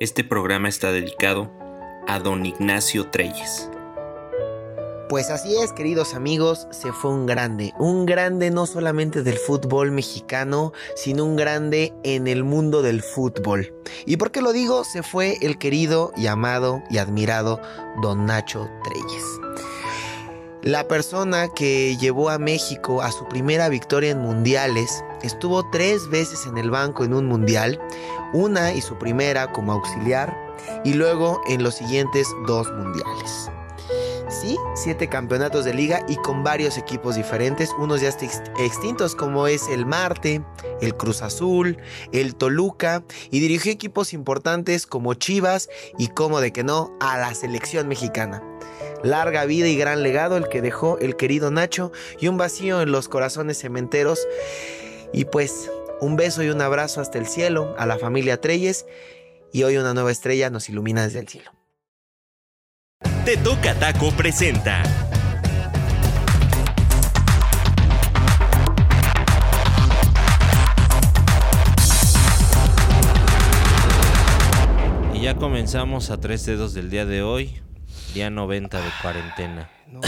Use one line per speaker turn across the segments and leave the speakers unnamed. Este programa está dedicado a don Ignacio Treyes.
Pues así es, queridos amigos, se fue un grande, un grande no solamente del fútbol mexicano, sino un grande en el mundo del fútbol. ¿Y por qué lo digo? Se fue el querido y amado y admirado don Nacho Treyes. La persona que llevó a México a su primera victoria en mundiales estuvo tres veces en el banco en un mundial, una y su primera como auxiliar, y luego en los siguientes dos mundiales. Sí, siete campeonatos de liga y con varios equipos diferentes, unos ya extintos como es el Marte, el Cruz Azul, el Toluca y dirigió equipos importantes como Chivas y como de que no a la selección mexicana. Larga vida y gran legado el que dejó el querido Nacho y un vacío en los corazones cementeros. Y pues un beso y un abrazo hasta el cielo a la familia Treyes y hoy una nueva estrella nos ilumina desde el cielo.
Te Toca Taco presenta.
Y ya comenzamos a tres dedos del día de hoy, día 90 de cuarentena.
No,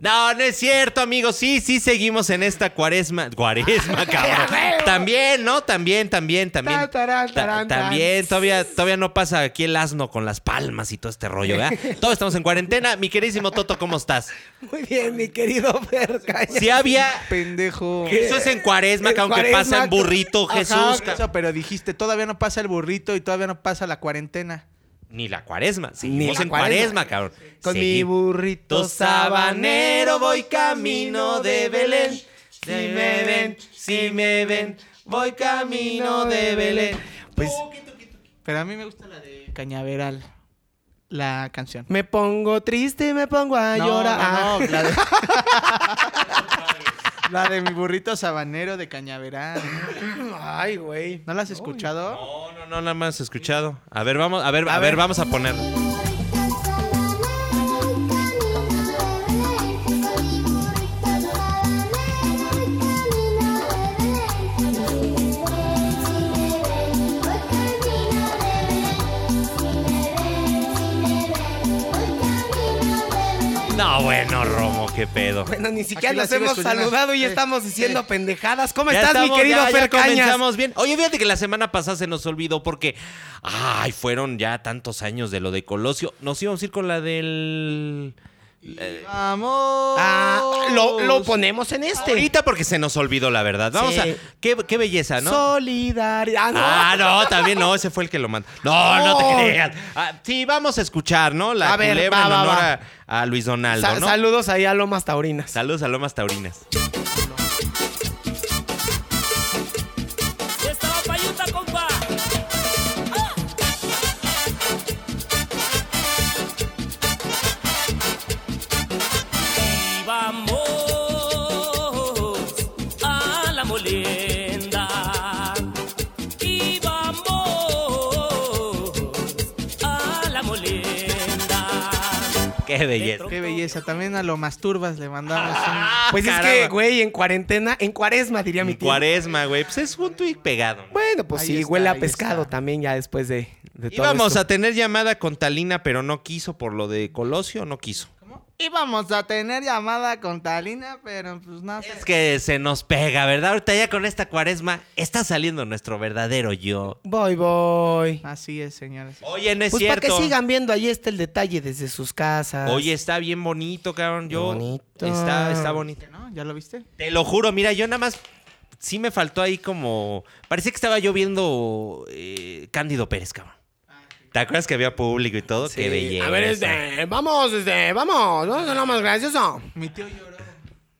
No, no es cierto, amigos. Sí, sí, seguimos en esta cuaresma. Cuaresma, cabrón. También, ¿no? También, también, también.
Tan, tarán,
Ta-
tarán, tan.
También, todavía, todavía no pasa aquí el asno con las palmas y todo este rollo, ¿verdad? Todos estamos en cuarentena. Mi queridísimo Toto, ¿cómo estás?
Muy bien, mi querido Fer. cállate.
Si había.
Pendejo.
Eso es en cuaresma, que aunque
Cuaresma,
pasa en burrito,
Ajá,
Jesús.
por eso, pero dijiste, todavía no pasa el burrito y todavía no pasa la cuarentena.
Ni la cuaresma.
Ni
Seguimos
la
en cuaresma,
cuaresma.
cabrón.
Con mi
Seguimos.
burrito
Todo sabanero voy camino de Belén. Si me ven, si me ven, voy camino de Belén.
Pues, pero a mí me gusta la de Cañaveral, la canción.
Me pongo triste, me pongo a
No,
llorar.
no, no, la de... Ah. La de mi burrito sabanero de Cañaveral.
Ay, güey.
¿No la has escuchado?
No, no, no, nada más escuchado. A ver, vamos, a ver, a, ver, vamos a poner. No, bueno, Romo, qué pedo.
Bueno, ni siquiera
Aquí la
nos
sigo
hemos
escuchando.
saludado y
Eh,
estamos diciendo
eh.
pendejadas. ¿Cómo
Ya
estás,
estamos,
mi querido
ya, ya
Fer Cañas?
comenzamos bien. Oye, fíjate que la semana pasada se nos olvidó porque, ay, fueron ya tantos años de lo de Colosio. Nos íbamos a ir con la del... eh,
Vamos.
Ah, lo, lo ponemos en este.
Ahorita porque se nos olvidó, la verdad. Vamos
Sí.
a... Qué, qué belleza, ¿no?
Solidaridad. Ah, no.
Ah, no, también no, ese fue el que lo mandó. No, no,
Oh.
te creas. Ah, sí, vamos a escuchar, ¿no? La
A ver,
culebra
va,
en
va,
honor
va.
A, a Luis Donaldo,
Sa-
¿no?
Saludos ahí a Lomas Taurinas.
Saludos a Lomas Taurinas.
Vamos a la molienda y vamos a la molienda.
Qué belleza.
Qué belleza. También a lo masturbas le mandamos un...
Pues es
caramba.
que, güey, en cuarentena, en cuaresma, diría mi
En
tío.
cuaresma, güey. Pues es un tuit pegado. ¿no?
Bueno, pues
Ahí
sí,
está,
huele a
ahí
pescado
está.
también ya después de, de todo
Íbamos
esto.
a tener llamada con Talina, pero no quiso por lo de Colosio, no quiso.
Íbamos a tener llamada con Talina, pero pues no sé.
Es que se nos pega, ¿verdad? Ahorita ya con esta cuaresma está saliendo nuestro verdadero yo.
Voy, voy.
Así es, señores.
Oye, no es
pues para
cierto.
que sigan viendo, ahí está el detalle desde sus casas.
Oye, está bien bonito, cabrón. Yo
Bonito.
Está, está bonito.
¿No? ¿Ya lo viste?
Te lo juro, mira, yo nada más sí me faltó ahí como. Parecía que estaba yo viendo eh, Cándido Pérez, cabrón. ¿Te acuerdas que había público y todo? Qué belleza.
A ver, este, vamos, este, vamos, vamos a lo más gracioso.
Mi tío lloró.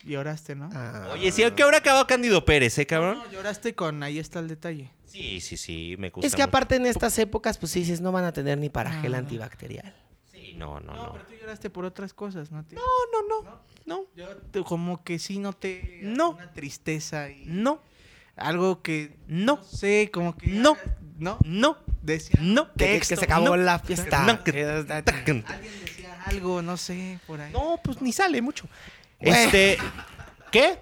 Lloraste, ¿no?
Ah.
Oye, sí, ¿qué habrá acabado Cándido Pérez, eh, cabrón?
No, lloraste con ahí está el detalle.
Sí, sí, sí, me gusta.
Es que
mucho.
aparte en estas épocas, pues dices, no van a tener ni para gel antibacterial.
Sí, no, no,
No,
no.
pero tú lloraste por otras cosas, ¿no? tío?
No, no, no.
Yo te- como que sí noté
No.
una tristeza y
No,
algo que
No.
sé, como que
No.
no
no,
decía
no.
Que- que- que se acabó la fiesta.
No, que-
alguien decía algo, no sé, por ahí.
No, pues ni sale mucho. Este. ¿Qué?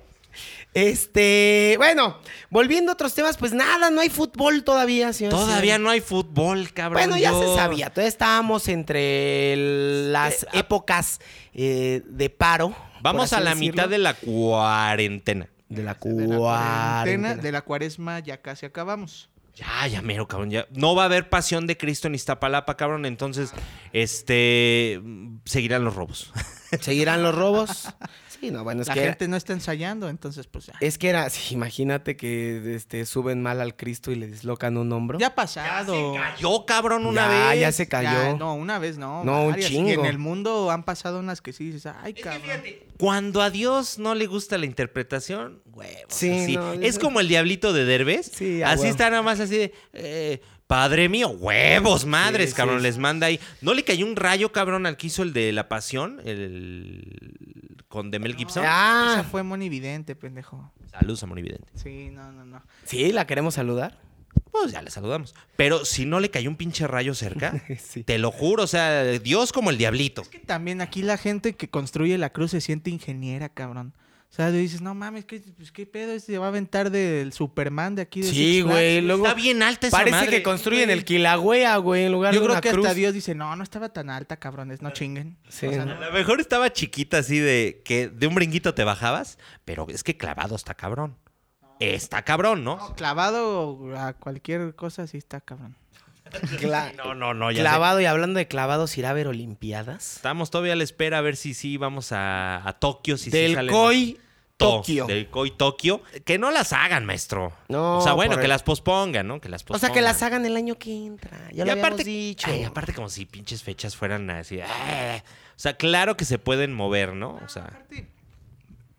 Este, bueno, volviendo a otros temas, pues nada, no hay fútbol todavía, señor.
Todavía no hay fútbol, cabrón.
Bueno, ya
Yo- Este,
se sabía, todavía estábamos entre el- las épocas eh, de paro. por
Vamos
así
a la
decirlo.
mitad de la cuarentena.
de la
De la cuarentena,
cuarentena.
de la cuaresma ya casi acabamos.
Ya, ya mero, cabrón. Ya. No va a haber pasión de Cristo en Iztapalapa, cabrón. Entonces, este. Seguirán los robos.
¿Seguirán los robos? Sí, no, bueno, es
la
que era-
gente no está ensayando, entonces pues ya.
Es que era, sí, imagínate que este, suben mal al Cristo y le dislocan un hombro.
Ya ha pasado.
Yo, cabrón, una
Ya,
vez.
ya se cayó.
Ya, no, una vez no.
No, un
varias.
chingo.
Y en el mundo han pasado unas que sí dices, ay, cabrón.
Cuando a Dios no le gusta la interpretación, huevos.
Sí,
así.
no,
es
yo-
como el diablito de Derbez.
Sí, a
así
huevo.
está nada más así de. eh, Padre mío, huevos, madres,
sí,
cabrón,
sí.
les manda ahí. ¿No le cayó un rayo, cabrón, al que hizo el de La Pasión? El... Con de Mel Gibson.
Esa
Ah,
fue muy evidente, pendejo.
Saludos a Monividente.
Sí, no, no, no.
sí, la queremos saludar.
Pues ya le saludamos. Pero si no le cayó un pinche rayo cerca,
Eh, Sí.
te lo juro, o sea, Dios como el diablito.
Que también aquí la gente que construye la cruz se siente ingeniera, cabrón. O sea, tú dices, no mames, ¿qué, pues, ¿qué pedo? Este se va a aventar del Superman de aquí de
Sí,
Six Flags".
güey. Luego
Está bien alta esa
parece
madre.
que construyen el Quilagüea, güey, en lugar
Yo
de
creo
una
que
cruz.
hasta Dios dice, no, no estaba tan alta, cabrones, no chinguen.
Sí,
O sea,
no.
A lo mejor estaba chiquita así de que de un brinquito te bajabas, pero es que clavado está cabrón. Está cabrón, ¿no?
no, clavado a cualquier cosa sí está, cabrón.
Cla-
No, no, no, ya sé.
clavado y hablando de clavados, irá a haber Olimpiadas.
Estamos todavía a la espera a ver si sí vamos a, a Tokio, si sí
Del
salen-
COI
To-
Tokio.
Del COI Tokio. Que no las hagan, maestro.
No,
o sea, bueno,
por
que
el-
las pospongan, ¿no? Que las
O
pospongan.
sea, que las hagan el año que entra. Ya
Y
lo
aparte,
habíamos dicho.
ay, aparte como si pinches fechas fueran así. ah, o sea, claro que se pueden mover, ¿no? O sea,
Aparte,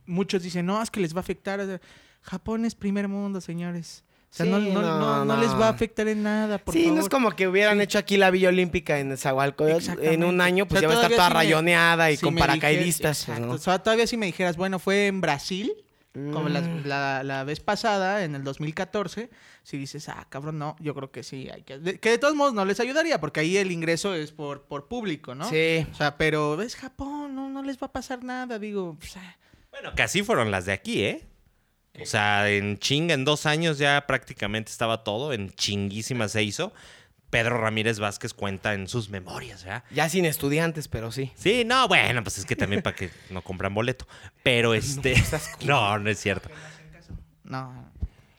muchos dicen, no, es que les va a afectar. O sea, Japón es primer mundo, señores. O sea,
Sí,
no, no-
no,
no- no les
no.
va a afectar en nada, por
sí, no es
favor.
como que hubieran hecho aquí la Villa Olímpica en Zahualcóyotl en un
Exactamente.
año, pues
O sea,
ya va a estar
todavía
toda
sí me-
rayoneada y
Si
con
me dijera-
paracaidistas. pues,
exacto.
¿no?
O sea, todavía si me dijeras, bueno, fue en Brasil, como las-
Mm.
la, la vez pasada, en el 2014, si dices, ah, cabrón, no, yo creo que sí. Hay que... de- que de todos modos no les ayudaría, porque ahí el ingreso es por, por público, ¿no?
Sí.
O sea, pero es Japón, no, no les va a pasar nada, digo. pues, ah.
bueno, casi fueron las de aquí, ¿eh? O sea, en chinga, en dos años ya prácticamente estaba todo, en chinguísima se hizo. Pedro Ramírez Vázquez cuenta en sus memorias, ¿verdad?
Ya sin estudiantes, pero sí.
Sí, no, bueno, pues es que también para que no compran boleto. Pero este... No, no es cierto.
No,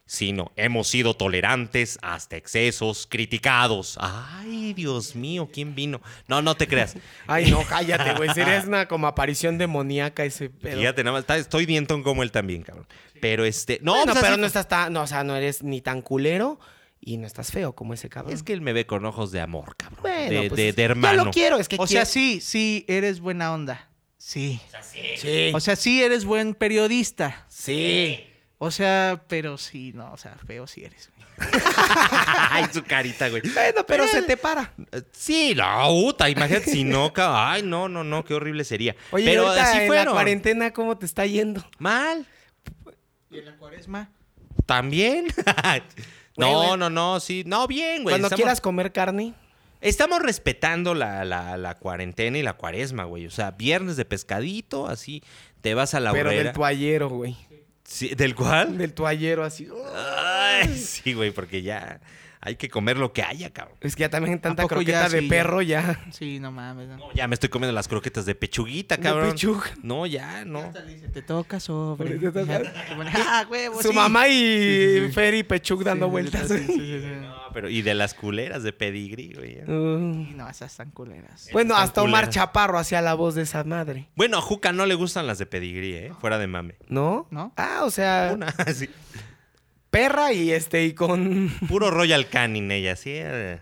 sino hemos sido tolerantes hasta excesos, criticados. Ay, Dios mío, ¿quién vino? No, no te creas.
Ay, no, cállate, güey. Serías una como aparición demoníaca ese pedo.
Fíjate, nada más, está- estoy dientón como él también, cabrón. Pero este, no,
no,
pues,
pero
así-
no estás tan, no, o sea, no eres ni tan culero y no estás feo como ese cabrón.
es que él me ve con ojos de amor, cabrón.
Bueno,
de,
pues,
de- de hermano.
Yo lo quiero, es que
O sea,
quiero-
sí, sí, eres buena onda. Sí.
sí.
O sea, sí, eres buen periodista.
sí.
O sea, pero sí, no, o sea, feo sí eres. güey.
Ay, su carita, güey.
Bueno, pero se te para.
Eh, Sí, la puta, imagínate si no, ca- ay, no, no, no, qué horrible sería.
Oye,
pero
pero ahorita
así
en la
fueron.
cuarentena, ¿cómo te está yendo?
Mal.
Y en la cuaresma.
También.
Güey,
no,
güey.
no, no, sí. No, bien, güey.
Cuando
estamos-
quieras comer carne.
Estamos respetando la, la- la cuarentena y la cuaresma, güey. O sea, viernes de pescadito, así te vas a la
Pero
horrera.
del toallero, güey.
Sí, ¿Del cual?
Del toallero así.
Ay, sí, güey, porque ya hay que comer lo que haya, cabrón.
Es que ya Ah, también tanta
poco
croqueta
ya,
de
sí, ya?
perro ya.
Sí, no mames. No.
No, ya me estoy comiendo las croquetas de pechuguita,
De
cabrón.
pechuga.
No, ya, no.
Hasta le dice, Te toca sobre.
Te toca.
ah, huevo,
Su
sí.
mamá y
Sí, sí, sí.
Fer y Pechuk dando
Sí, sí,
vueltas.
sí, sí, sí, sí.
No, pero y de las culeras de pedigrí, güey.
Uh.
Y No, esas están culeras.
Bueno,
Están
hasta Omar
culeras.
Chaparro hacía la voz de esa madre,
Bueno, a Juca no le gustan las de pedigrí, ¿eh? Fuera de mame.
¿no?
¿No?
Ah, o sea,
Una, sí.
perra y este, y con...
Puro Royal Canin ella, sí. eh.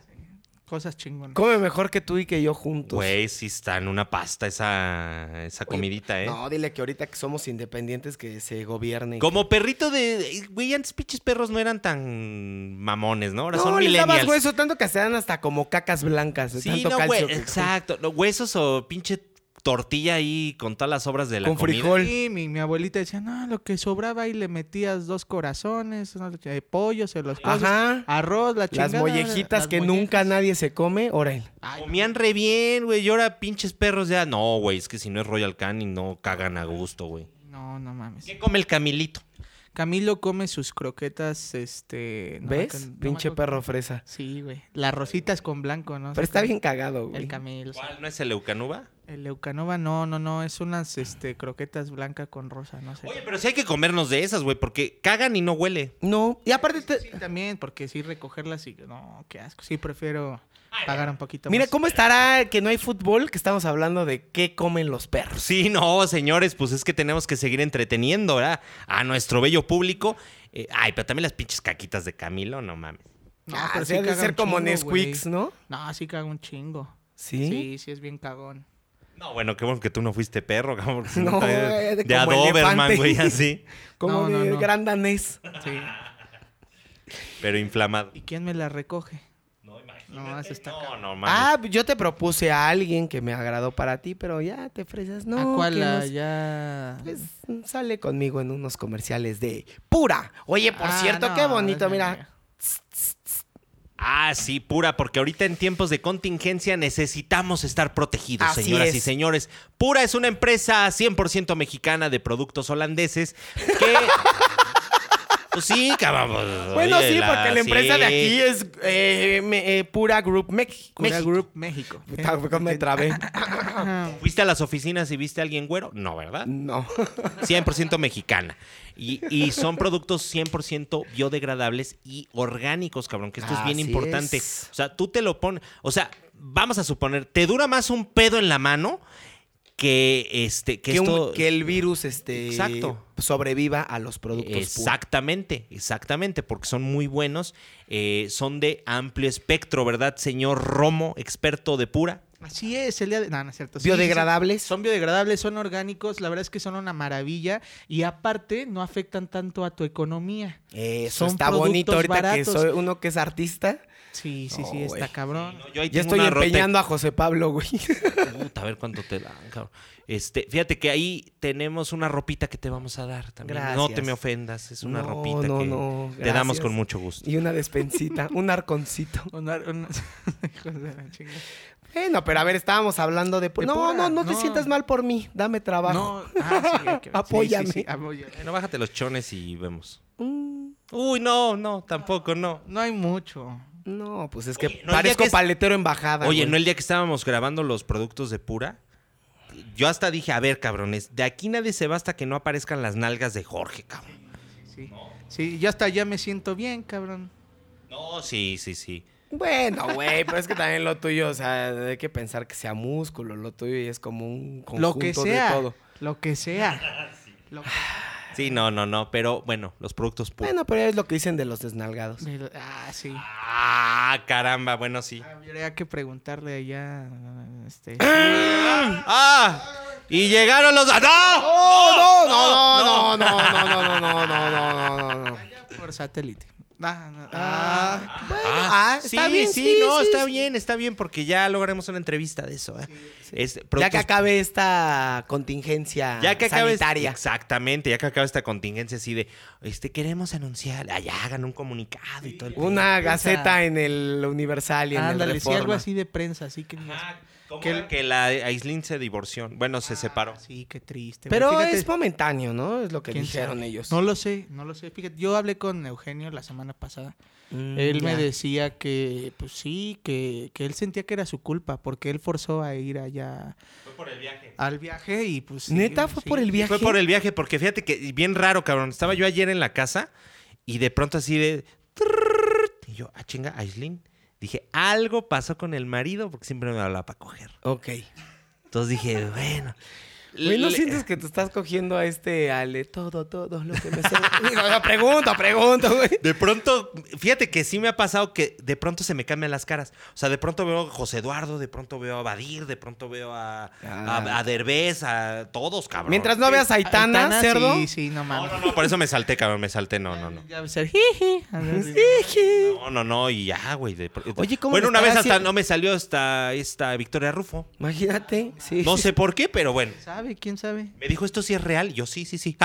Cosas chingonas.
Come mejor que tú y que yo juntos.
Güey, sí está en una pasta esa, esa comidita, ¿eh?
No, dile que ahorita que somos independientes que se gobierne. y
Como perrito de. Güey, antes pinches perros no eran tan mamones, ¿no? Ahora
que- No,
son
les dabas
millennials.
hueso tanto que se dan hasta como cacas blancas. de
sí,
tanto
no, güey.
calcio que-
Exacto. No, huesos o pinche tortilla ahí con todas las obras de la
Con
comida.
frijol.
Sí, mi, mi abuelita decía, no, lo que sobraba y le metías dos corazones, ¿no? de pollo, se los
Ajá.
arroz, la chingada.
Las mollejitas
las
que
mollejas.
nunca nadie se come, órale.
Comían re bien, güey. Y ahora pinches perros ya. No, güey, es que si no es Royal Canin no cagan a gusto, güey.
No, no mames.
¿Qué come el Camilito?
Camilo come sus croquetas, este... no me
¿Ves?
acuerdo- no me
Pinche
acuerdo-
perro fresa.
Sí, güey. Las rositas con blanco, ¿no?
Pero está bien cagado, güey.
El Camilo.
¿Cuál no es el Eucanuba?
El Leucanova, no, no, no. Es unas este, croquetas blanca con rosa, no sé.
Oye, pero sí hay que comernos de esas, güey, porque cagan y no huele.
No, y aparte te-
Sí, también, porque sí recogerlas y... No, qué asco. Sí, prefiero pagar un poquito
Mira
más.
cómo estará que no hay fútbol, que estamos hablando de qué comen los perros.
Sí, no, señores, pues es que tenemos que seguir entreteniendo, ¿verdad? A nuestro bello público. Eh, ay, pero también las pinches caquitas de Camilo, no mames.
No,
Ah,
pero
sí
sí
ha de
caga
ser
un
como
chingo,
Nesquix,
güey.
¿no?
No, sí caga un chingo.
Sí.
Sí, sí es bien cagón.
No, bueno, qué bueno que tú no fuiste perro, cabrón. porque si
No,
te-
eh, de
de a
como elefante.
Doberman, güey, así.
Como
No, no,
de
no.
gran danés.
Sí.
Pero inflamado.
¿Y quién me la recoge? No, eso está
No,
cabrón.
no, mames.
Ah, yo te propuse a alguien que me agradó para ti, pero ya te fresas. No,
¿A cuál
que
la-
nos-
ya...?
pues, sale conmigo en unos comerciales de pura. Oye, por
Ah,
cierto,
no,
qué bonito,
no, no,
mira.
no.
Ah, sí, pura, porque ahorita en tiempos de contingencia necesitamos estar protegidos,
Así
señoras y
es.
señores. Pura es una empresa 100% mexicana de productos holandeses que... Pues sí, cabrón. pues,
Bueno,
oye,
sí,
la-
porque la empresa de
sí.
aquí es eh, me- eh, Pura Group Mex-
Cura
México.
Group México.
Puta, güey, cómo me trabé.
¿Fuiste a las oficinas y viste a alguien güero? No, ¿verdad?
No.
100% mexicana. Y, y son productos 100% biodegradables y orgánicos, cabrón, que esto es bien
Así
importante.
es.
O sea, tú te lo pones, o sea, vamos a suponer, te dura más un pedo en la mano que este que,
Que, un-
esto
que el virus este,
Exacto.
sobreviva a los productos puros.
Exactamente, exactamente, porque son muy buenos, eh, son de amplio espectro, ¿verdad, señor Romo, experto de pura?
Así es, el día de... No, no es cierto. Sí,
Biodegradables.
sí, Son biodegradables, son orgánicos, la verdad es que son una maravilla y aparte no afectan tanto a tu economía.
Eh, Eso
son
está bonito ahorita
productos
que
baratos.
soy uno que es artista.
Sí, sí,
No,
sí, está
güey.
cabrón.
Yo ahí
Ya
tengo
estoy
una rota-
empeñando a José Pablo, güey.
Puta, a ver cuánto te dan, cabrón. Este, fíjate que ahí tenemos una ropita que te vamos a dar también. No
Gracias.
te me ofendas, es una
No,
ropita
no,
que
no,
te damos
gracias.
con mucho gusto.
Y una despensita, un arconcito.
Un ar- un- Hijos de la chinga.
Bueno, pero a ver, estábamos hablando de... pu-
De
no,
pura,
no, no te
no.
sientas mal por mí. Dame trabajo.
No, ah, sí, hay que ver. Sí, sí,
Apóyame.
sí, apóyame.
Bueno, bájate los chones y vemos.
Mm.
Uy, no, no, tampoco, no.
No hay mucho.
No, pues es que
Oye, no, el día
parezco
que es-
paletero en bajada.
Oye,
güey.
no el día que estábamos grabando los productos de pura, yo hasta dije, a ver, cabrones, de aquí nadie se va hasta que no aparezcan las nalgas de Jorge, cabrón.
Sí. Sí, yo hasta ya me siento bien, cabrón.
No, sí, sí, sí.
Bueno, güey, pero es que también lo tuyo, o sea, hay que pensar que sea músculo. Lo tuyo y es como un conjunto
Lo que sea.
de todo.
Lo que sea. Lo que-
Sí, no, no, no, pero bueno, los productos pura.
Bueno, pero es lo que dicen de los desnalgados.
me lo- Ah, sí.
Ah, caramba, bueno, sí.
Habría que preguntarle allá. Este.
¡Ah! Y llegaron los. ¡Ah, ¡No!
no, no, no, no, no, no, no, no, no, no, no, no.
Por satélite. Ah, no, ah.
Ah, está bien, sí,
no,
sí,
está
sí.
bien, está bien, porque ya lograremos una entrevista de eso. ¿eh? Este,
Ya que
productos-
acabe esta contingencia
ya que acabe- este
sanitaria.
Exactamente, ya que acabe esta contingencia así de. Este, queremos anunciar. Allá hagan un comunicado y todo el.
Una gaceta en el Universal y en el
Ándale, sí,
Reforma.
algo así de prensa, así que.
Ah, ¿cómo
Que-
era? que la Aislin se divorció. Bueno, se
Ah,
separó.
Sí, qué triste. güey.
Pero
Fíjate-
es momentáneo, ¿no? Es lo que
¿Quién
dijeron
sabe?
ellos.
No lo sé, no lo sé. Fíjate, yo hablé con Eugenio la semana pasada.
Mm,
él me
ya.
decía que, pues sí, que, que él sentía que era su culpa porque él forzó a ir allá
Fue por el viaje.
al viaje y pues... sí,
¿Neta fue
sí.
por el viaje?
Fue por el viaje, porque fíjate que bien raro, cabrón. Estaba yo ayer en la casa y de pronto así de. Y yo, ah, chinga, Aislin. Dije, algo pasó con el marido porque siempre me hablaba para coger.
Ok.
Entonces dije, bueno.
Güey, ¿no
Le-
sientes que te estás cogiendo a este Ale todo, todo lo que me sé? Digo, yo pregunto, pregunto, güey.
De pronto, fíjate que sí me ha pasado que de pronto se me cambian las caras. O sea, de pronto veo a José Eduardo, de pronto veo a Badir, de pronto veo a, a, a Derbez, a todos, cabrón.
Ah. Mientras no veas a Aitana,
Aitana,
cerdo.
Sí, sí, no
No,
mames.
no, no, por eso me salté, cabrón, me salté, no, no, no.
Ya va a ser, "Jiji". A ver,
No, no, no, y ya, güey. de pr-
Oye, ¿cómo
Bueno,
le
una vez
estará
hasta
haciendo?
no me salió esta, esta Victoria Rufo.
Imagínate, sí.
No sé por qué, pero bueno.
¿Sabe? ¿Quién sabe?
Me dijo, ¿esto sí es real? Y Yo, sí, sí, sí.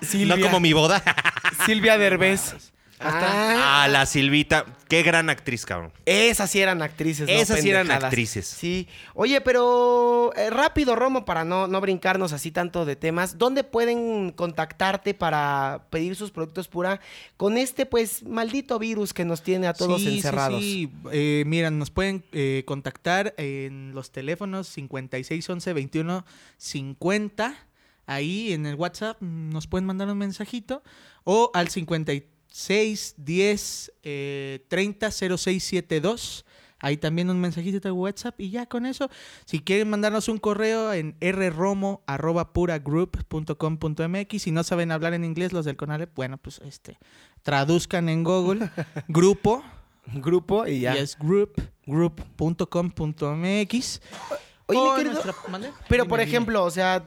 Silvia.
no como mi boda.
Silvia Derbez. Ah,
A la Silvita. Qué gran actriz, cabrón.
Esas sí eran actrices. ¿no?
Esas sí eran
Pendejadas.
actrices.
Sí. Oye, pero eh, rápido, Romo, para no, no brincarnos así tanto de temas, ¿dónde pueden contactarte para pedir sus productos pura con este, pues, maldito virus que nos tiene a todos
Sí, sí,
encerrados?
Sí, Eh, mira, nos pueden eh, contactar en los teléfonos 56 11 21 50. Ahí en el WhatsApp mm, nos pueden mandar un mensajito. O al 56 10 eh, 30 06 72. Ahí también un mensajito de WhatsApp y ya con eso. Si quieren mandarnos un correo en rromo.puragroup.com.mx. Si no saben hablar en inglés los del Conalep, bueno, pues este, traduzcan en Google grupo
Grupo y ya.
yesgroup.com.mx.
Oye,
O
mi
en
querido,
nuestra- ¿mande?
Pero,
Dime,
por
dime.
ejemplo, o sea...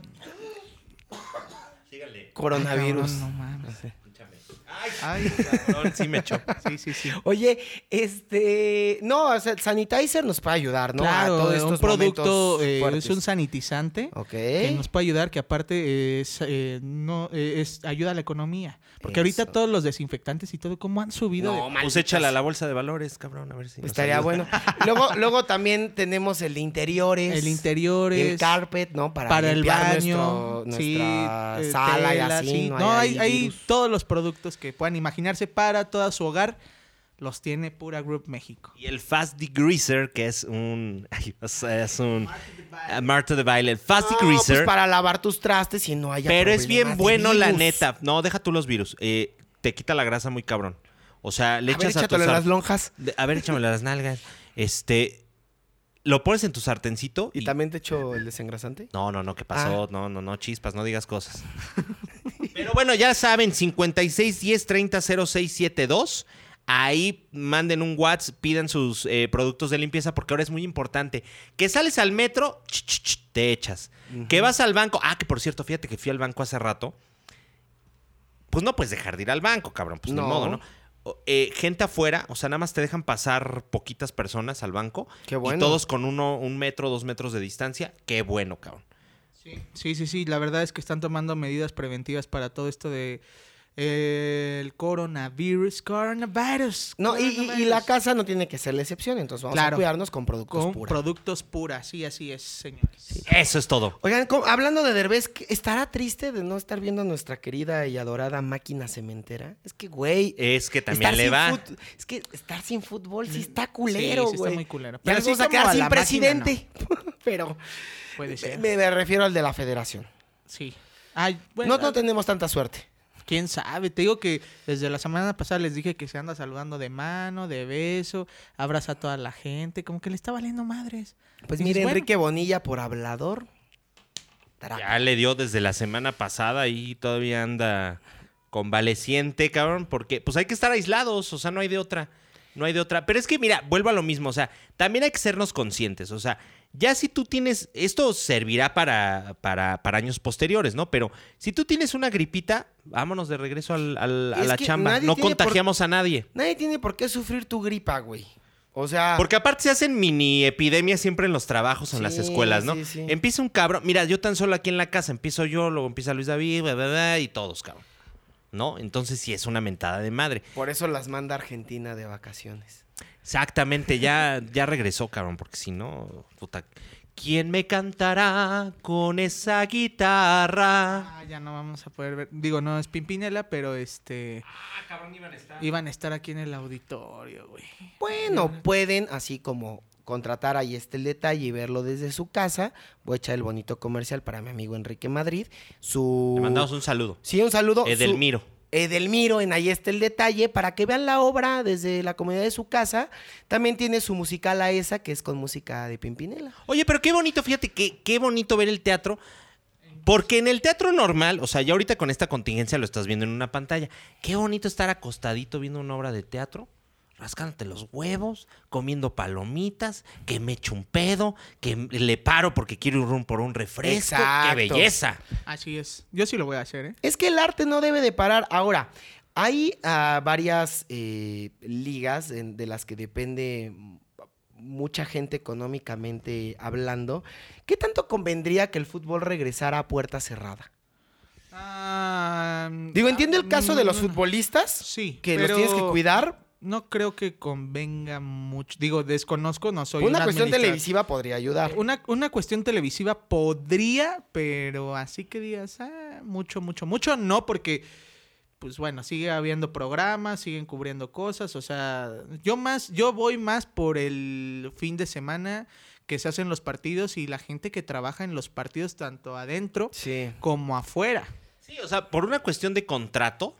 Coronavirus.
Ah, Cabrón, no mames.
Ay, cabrón, sí me echó.
Sí, sí, sí.
Oye, este... No, o sea, sanitizer nos puede ayudar, ¿no?
claro,
a todos
un
estos
producto
momentos
eh, es
fuertes.
un sanitizante
Ok.
que nos puede ayudar, que aparte es, eh, no, eh, es, ayuda a la economía. Porque ahorita
Eso.
todos los desinfectantes y todo, ¿cómo han subido? de-
No,
Pues
malditas.
échala a la bolsa de valores, cabrón, a ver si. nos
Pues Estaría
ayuda.
bueno. Luego, luego también tenemos el de interiores.
el interior es...
El carpet, ¿no? Para,
para, el
limpiar
baño,
nuestro-
sí,
nuestra
eh,
sala y
tela,
así.
sí.
No,
No, hay, hay
virus.
todos los productos que puedan imaginarse para toda su hogar, los tiene Pura Group México.
Y el Fast Degreaser, que es un. ay, o sea, es un. ah, Marta de Baile. El Fast
No, pues
Degreaser.
para lavar tus trastes y no haya
pero es
problemas
bien
de
bueno, la
virus.
neta. No, deja tú los virus. Eh, te quita la grasa muy cabrón. O sea, le
A ver,
echas a, tu
échatelo en
sar-
las lonjas.
de- A ver, échamelo a las nalgas. Este. Lo pones en tu sartencito.
¿Y también te echo el desengrasante?
No, no, no, ¿qué pasó? No, no, no, chispas, no digas cosas. Pero bueno, ya saben, 56 10 30 0672. Ahí manden un WhatsApp, pidan sus eh, productos de limpieza porque ahora es muy importante. Que sales al metro, ch, ch, ch, te echas. Que vas al banco. Ah, que por cierto, fíjate que fui al banco hace rato. Pues no puedes dejar de ir al banco, cabrón. Pues
No.
ni modo, ¿no? O- eh, gente afuera, o sea, nada más te dejan pasar poquitas personas al banco.
Qué bueno.
Y todos con uno, un metro, dos metros de distancia. Qué bueno, cabrón.
Sí, sí, sí, sí, La verdad es que están tomando medidas preventivas para todo esto de eh, el coronavirus, coronavirus.
No, y, y- y la
coronavirus.
casa no tiene que ser la excepción, entonces vamos a
Claro.
cuidarnos con productos
con
puros.
productos pura, sí, así es, señores.
Eso es todo.
Oigan, ¿cómo- hablando de Derbez, ¿qué- ¿estará triste de no estar viendo a nuestra querida y adorada máquina cementera? Es que, güey,
Es que
estar
también le
sin
va.
fut- Es que estar sin fútbol sí está
Sí,
culero,
sí está
güey.
muy culero.
Ya
Pero
nos
sí
vamos a
como
quedar
a
sin
la máquina, no.
presidente. Pero
Puede ser.
me, me refiero al de la federación.
Sí. Ay, bueno,
no, no tenemos tanta suerte.
quién sabe. Te digo que desde la semana pasada les dije que se anda saludando de mano, de beso, abraza a toda la gente, como que le está valiendo madres.
Pues
Dices,
mire,
bueno,
Enrique Bonilla por hablador. Tará.
Ya le dio desde la semana pasada y todavía anda convaleciente, cabrón, porque pues hay que estar aislados, o sea, no hay de otra. No hay de otra. Pero es que, mira, vuelvo a lo mismo, o sea, también hay que sernos conscientes, o sea, ya si tú tienes, esto servirá para, para, para años posteriores, ¿no? Pero si tú tienes una gripita, vámonos de regreso al- al- a
Es
la
que
chamba,
nadie
no
tiene por-
contagiamos a nadie.
Nadie tiene por qué sufrir tu gripa, güey. O sea,
Porque aparte se hacen mini epidemias siempre en los trabajos, en las
Sí,
escuelas, ¿no?
sí, sí.
Empieza un cabrón. Mira, yo tan solo aquí en la casa empiezo yo, luego empieza Luis David, bla, bla, bla, y todos, cabrón. ¿No? Entonces sí es una mentada de madre.
por eso las manda a Argentina de vacaciones.
Exactamente, ya, ya regresó, cabrón, porque si no, puta. ¿Quién me cantará con esa guitarra?
Ah, ya no vamos a poder ver. Digo, no es Pimpinela, pero este. Ah, cabrón, iban a estar. Iban a estar aquí en el auditorio, güey.
Bueno, pueden, así como contratar ahí este el detalle y verlo desde su casa. Voy a echar el bonito comercial para mi amigo Enrique Madrid. Su...
Le mandamos un saludo.
Sí, un saludo. Oh, Su-
Edelmiro.
Edelmiro, en ahí está el detalle, para que vean la obra desde la comodidad de su casa. También tiene su musical a esa, que es con música de Pimpinela.
Oye, pero qué bonito, fíjate, qué, qué bonito ver el teatro. Porque en el teatro normal, o sea, ya ahorita con esta contingencia lo estás viendo en una pantalla. Qué bonito estar acostadito viendo una obra de teatro, rascándote los huevos, comiendo palomitas, que me echo un pedo, que le paro porque quiero ir un- por un refresco.
Exacto.
¡Qué belleza!
Así es. Yo sí lo voy a hacer, ¿eh?
Es que el arte no debe de parar. Ahora, hay ah, varias eh, ligas en- de las que depende m- mucha gente económicamente hablando. ¿Qué tanto convendría que el fútbol regresara a puerta cerrada?
Ah, sea.
Digo, entiendo el caso de los
mm,
futbolistas.
Sí,
Que
pero
los tienes que cuidar.
No creo que convenga mucho. Digo, desconozco, no soy.
Una
un
cuestión
administra-
televisiva podría ayudar.
Una, una cuestión televisiva podría, pero así que digas, ah, mucho, mucho, mucho, no, porque, pues bueno, sigue habiendo programas, siguen cubriendo cosas, o sea, yo más, yo voy más por el fin de semana que se hacen los partidos y la gente que trabaja en los partidos tanto adentro
Sí.
como afuera.
Sí, o sea, por una cuestión de contrato,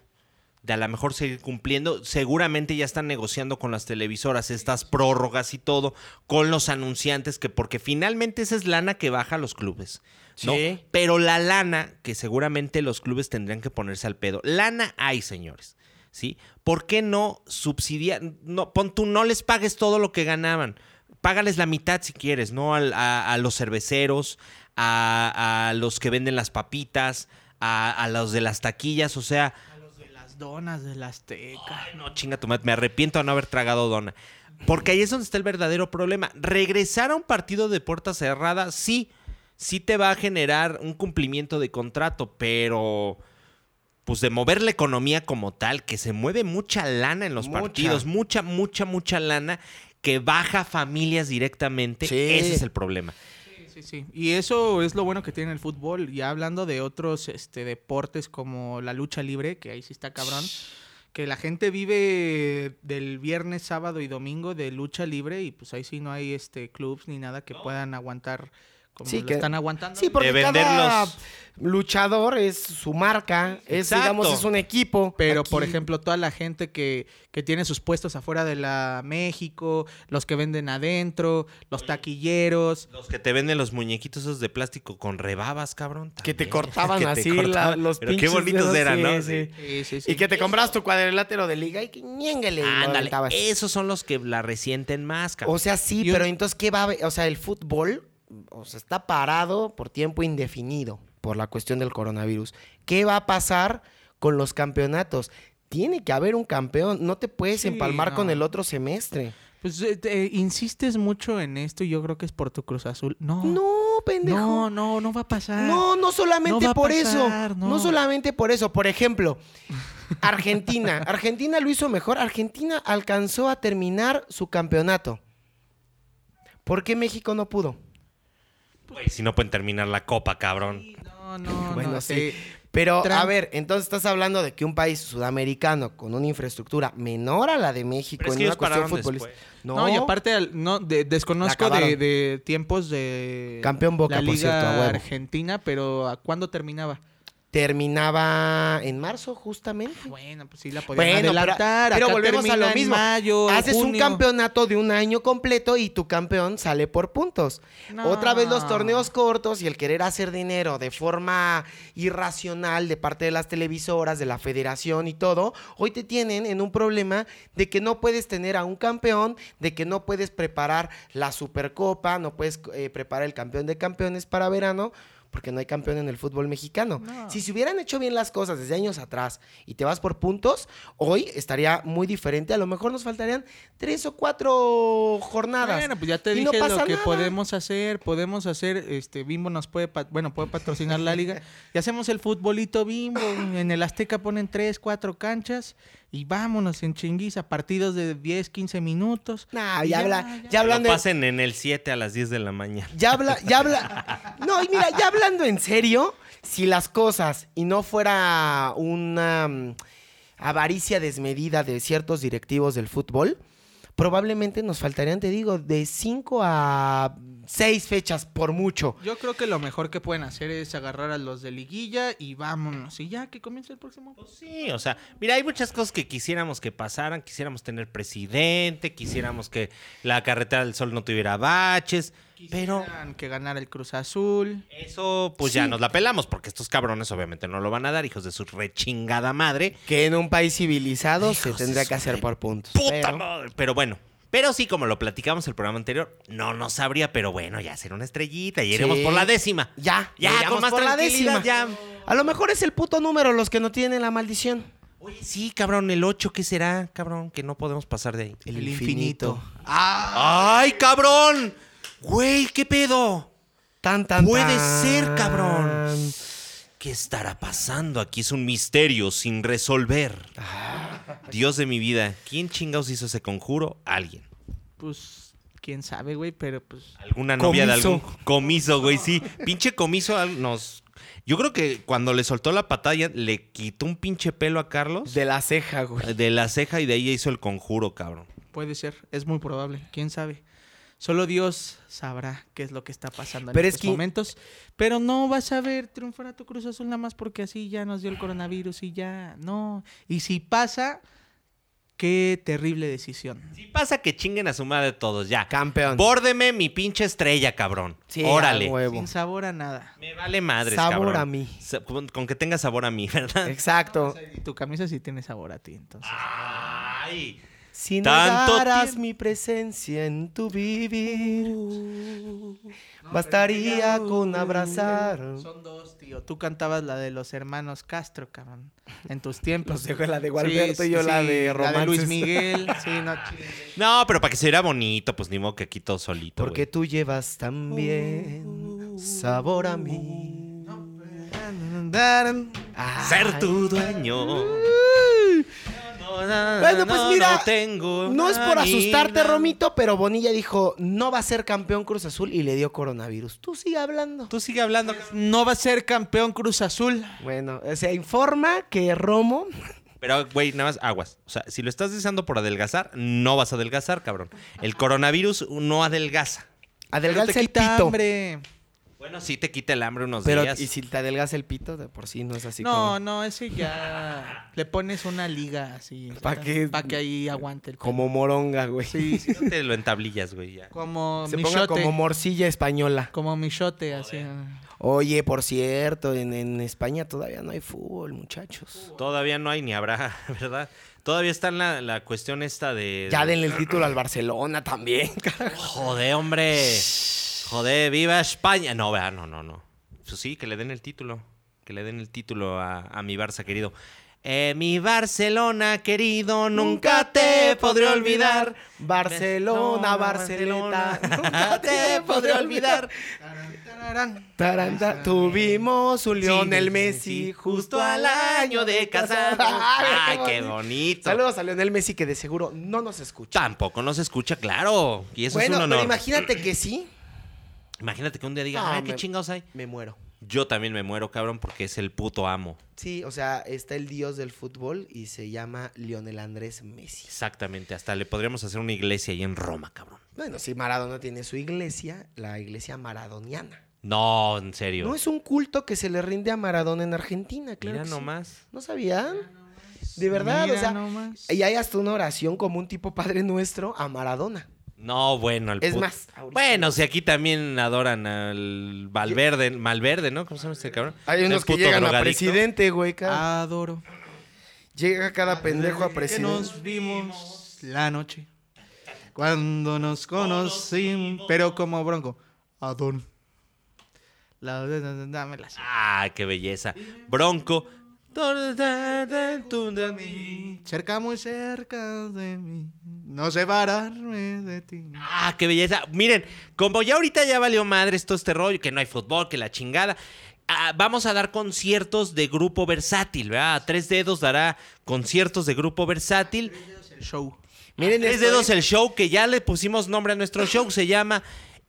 de a lo mejor seguir cumpliendo, seguramente ya están negociando con las televisoras estas prórrogas y todo, con los anunciantes, que porque finalmente esa es lana que baja a los clubes. ¿no?
Sí.
Pero la lana que seguramente los clubes tendrían que ponerse al pedo. Lana hay, señores. ¿Sí? ¿Por qué no subsidiar? No, pon tú, no les pagues todo lo que ganaban. Págales la mitad si quieres, ¿no? Al- a, a los cerveceros, a, a los que venden las papitas, a, a los de las taquillas, o sea,
De las donas, de las tecas.
no, chinga tu madre, me arrepiento de no haber tragado dona. Porque ahí es donde está el verdadero problema. Regresar a un partido de puerta cerrada, sí, sí te va a generar un cumplimiento de contrato, pero pues de mover la economía como tal, que se mueve mucha lana en los
Mucha.
partidos, mucha, mucha, mucha lana que baja familias directamente.
Sí.
Ese es el problema.
Sí, sí. Y eso es lo bueno que tiene el fútbol. Ya hablando de otros este, deportes como la lucha libre, que ahí sí está cabrón, que la gente vive del viernes, sábado y domingo de lucha libre y pues ahí sí no hay este clubs ni nada que puedan aguantar como
Sí,
lo
que-
están aguantando.
Sí, porque
De
cada
venderlos.
luchador es su marca, es,
Exacto.
digamos, es un equipo.
Pero,
Aquí-
por ejemplo, toda la gente que, que tiene sus puestos afuera de la México, los que venden adentro, los taquilleros,
Los que te venden los muñequitos esos de plástico con rebabas, cabrón.
Que te
también.
cortaban
Que te
así la-
cortaban.
los
Pero qué
pinches
bonitos
dedos,
eran,
sí,
¿no?
sí.
Sí, sí, sí.
Y que te compras tu cuadrilátero de liga y que ñéngale. y lo
Ándale,
aventabas.
esos son los que la resienten más, cabrón.
O sea, sí,
Y un-
pero entonces, ¿qué va a haber? O sea, el fútbol o sea, está parado por tiempo indefinido por la cuestión del coronavirus. ¿Qué va a pasar con los campeonatos? Tiene que haber un campeón. No te puedes
Sí,
empalmar
no.
con el otro semestre.
Pues eh, te- insistes mucho en esto y yo creo que es por tu Cruz Azul. No.
No, pendejo.
No, no, no va a pasar.
No, no solamente
No va a
por
pasar,
eso. No.
no.
solamente por eso. Por ejemplo, Argentina. Argentina lo hizo mejor. Argentina alcanzó a terminar su campeonato. ¿Por qué México no pudo?
Güey, si no pueden terminar la copa, cabrón.
No, no,
Bueno,
no, eh,
sí.
sí.
Pero,
Tran-
a ver, entonces estás hablando de que un país sudamericano con una infraestructura menor a la de México
Pero es
en
que
una
ellos
cuestión
pararon
futbolista. No,
No, y aparte al- no, de- desconozco
La
de,
acabaron.
de tiempos de
Campeón
la
Boca, por
Liga
cierto, a huevo.
Argentina, pero ¿a cuándo terminaba?
terminaba en marzo, justamente.
Bueno, pues sí la podían adelantar.
pero
Acá
volvemos a
termina
lo
en
mismo.
mayo,
Haces un
junio.
campeonato de un año completo y tu campeón sale por puntos.
No.
Otra vez los torneos cortos y el querer hacer dinero de forma irracional de parte de las televisoras, de la federación y todo, hoy te tienen en un problema de que no puedes tener a un campeón, de que no puedes preparar la Supercopa, no puedes eh, preparar el campeón de campeones para verano. Porque no hay campeón en el fútbol mexicano.
No.
Si se hubieran hecho bien las cosas desde años atrás y te vas por puntos, hoy estaría muy diferente. A lo mejor nos faltarían tres o cuatro jornadas.
Bueno, pues ya te
Y no
dije
pasa
lo que
nada.
podemos hacer, podemos hacer, este, Bimbo nos puede, pat- bueno, puede patrocinar la liga. Y hacemos el futbolito Bimbo, en el Azteca ponen tres, cuatro canchas y vámonos en chinguiza, partidos de 10, 15 minutos.
No,
Y
ya,
ya,
habla,
ya.
ya
Lo
hablando.
pasen en el 7 a las 10 de la mañana.
Ya habla, ya habla. No, y mira, ya hablando en serio, si las cosas y no fuera una mm, avaricia desmedida de ciertos directivos del fútbol, probablemente nos faltarían, te digo, de 5 a 6 fechas por mucho.
Yo creo que lo mejor que pueden hacer es agarrar a los de liguilla y vámonos. Y ya que comience el próximo.
Pues sí, o sea, mira, hay muchas cosas que quisiéramos que pasaran. Quisiéramos tener presidente, quisiéramos que la carretera del sol no tuviera baches, pero
Quisieran que ganara el Cruz Azul.
eso pues ya nos la pelamos porque estos cabrones obviamente no lo van a dar, hijos de su rechingada madre.
Que en un país civilizado se
Hijos de
tendría
su
que hacer
re-
por puntos.
Puta
Pero-
madre. Pero bueno. Pero sí, como lo platicamos el programa anterior, no nos sabría, pero bueno, ya será una estrellita y iremos
Sí.
por la décima.
Ya,
ya,
llegamos
con más
por la
tranquilidad,
décima.
ya.
A lo mejor es el puto número los que no tienen la maldición.
Oye, sí, cabrón, el 8, ¿qué será, cabrón? Que no podemos pasar de ahí.
El, infinito. Ah.
¡Ay, cabrón! Güey, ¿qué pedo?
Tan, tan,
Puede
tan.
ser, cabrón. ¿Qué estará pasando? Aquí es un misterio sin resolver.
Ah.
Dios de mi vida, ¿quién chingados hizo ese conjuro? Alguien.
Pues, quién sabe, güey, pero pues.
Alguna novia de
Comiso.
algún comiso, güey, sí. Pinche comiso al- nos... Yo creo que cuando le soltó la patalla, le quitó un pinche pelo a Carlos
De la ceja, güey.
de la ceja y de ahí hizo el conjuro, cabrón.
Puede ser, es muy probable, quién sabe. Solo Dios sabrá qué es lo que está pasando en
Pero es
estos
que-
momentos. Pero no vas a ver triunfar a tu Cruz Azul nada más porque así ya nos dio el coronavirus y ya, no. Y si pasa, qué terrible decisión.
Si pasa que chinguen a su madre todos, ya.
Campeón.
Bórdeme mi pinche estrella, cabrón.
Sí,
Órale.
a huevo.
Sin sabor a nada.
Me vale madres,
Sabor
cabrón.
a mí.
Sa- Con, con que tenga sabor a mí, ¿verdad?
Exacto.
Y tu camisa sí tiene sabor a ti, entonces.
Ay.
Si
Tanto
negaras
tiempo.
mi presencia en tu vivir,
Uh.
bastaría con abrazar.
Son dos, tío. Tú cantabas la de los hermanos Castro, cabrón. En tus tiempos.
Los dejo la de Gualberto y yo la de
La de Luis
romances.
Miguel. Sí, no chingues.
No, pero para que se viera bonito, pues ni modo que aquí todo solito.
Porque
Porque
tú llevas
Uh.
también sabor a mí. Ah,
ser tu dueño.
Bueno, pues mira,
no, tengo
No es por
amiga.
asustarte, Romito, pero Bonilla dijo, no va a ser campeón Cruz Azul y le dio coronavirus. Tú sigue hablando.
Tú sigue hablando.
No va a ser campeón Cruz Azul.
Bueno, se informa que Romo...
Pero, güey, nada más aguas. O sea, si lo estás deseando por adelgazar, no vas a adelgazar, cabrón. El coronavirus no adelgaza.
Pero
Adelgaza
te
el
quita
pito.
hambre.
Bueno, sí te quita el hambre unos
Pero,
días.
y si te adelgaza el pito, de por sí no es así
No,
como,
no, ese ya. Le pones una liga así.
¿Pa' qué?
Para que ahí aguante el.
como moronga, güey.
Sí, sí.
No te lo entablillas, güey, ya.
Como
Se ponga
michote.
como
Como,
morcilla española.
michote, así.
Oye, por cierto, en, en España todavía no hay fútbol, muchachos.
Todavía no hay ni habrá, ¿verdad? Todavía está en la, la cuestión esta de...
Ya denle el título al Barcelona también. carajo.
Joder, hombre. Joder, viva España. No, vea, no, no, no. Pues sí, que le den el título. Que le den el título a, a mi Barça querido. Eh, mi Barcelona querido, nunca te podré olvidar.
Barcelona,
No,
Barcelona.
Barcelona.
Nunca te podré olvidar. Taranta, tuvimos un
Ah,
Lionel
sí,
Messi
sí.
justo al año de casado.
Ay, qué bonito.
Saludos a Lionel Messi que de seguro no nos escucha.
Tampoco no se escucha, claro. Y eso
bueno,
es un honor.
pero imagínate que sí,
Imagínate que un día diga,
No,
ah, qué
me-
chingados hay.
me muero.
Yo también me muero, cabrón, porque es el puto amo.
Sí, o sea, está el dios del fútbol y se llama Lionel Andrés Messi.
Exactamente, hasta le podríamos hacer una iglesia ahí en Roma, cabrón.
Bueno, si Maradona tiene su iglesia, la iglesia maradoniana.
No, en serio.
No es un culto que se le rinde a Maradona en Argentina, claro.
Mira
que sí.
nomás.
¿No sabían? De verdad, o sea, y hay hasta una oración como un tipo Padre Nuestro a Maradona.
No, bueno, el
Es
put-
más, ahorita-
Bueno, si aquí también adoran al Valverde, Malverde, ¿no? ¿Cómo se llama este cabrón?
Hay
El
unos que
puto
llegan a
drogadicto.
presidente, güey. cada-
Adoro.
Llega cada pendejo a
Que
presidente.
nos vimos la noche. Cuando nos conocimos. Pero como bronco. Adón. La, da- da- da- dámela.
Ah, qué belleza. Bronco.
Cerca, muy cerca de mí. No separarme de ti.
Ah, qué belleza. Miren, como ya ahorita ya valió madre todo este rollo, que no hay fútbol, que la chingada. ah, vamos a dar conciertos de grupo versátil, ¿verdad? A Tres dedos dará conciertos de grupo versátil.
El show.
Miren
Tres
esto,
dedos
eh.
el show que ya le pusimos nombre a nuestro show, se llama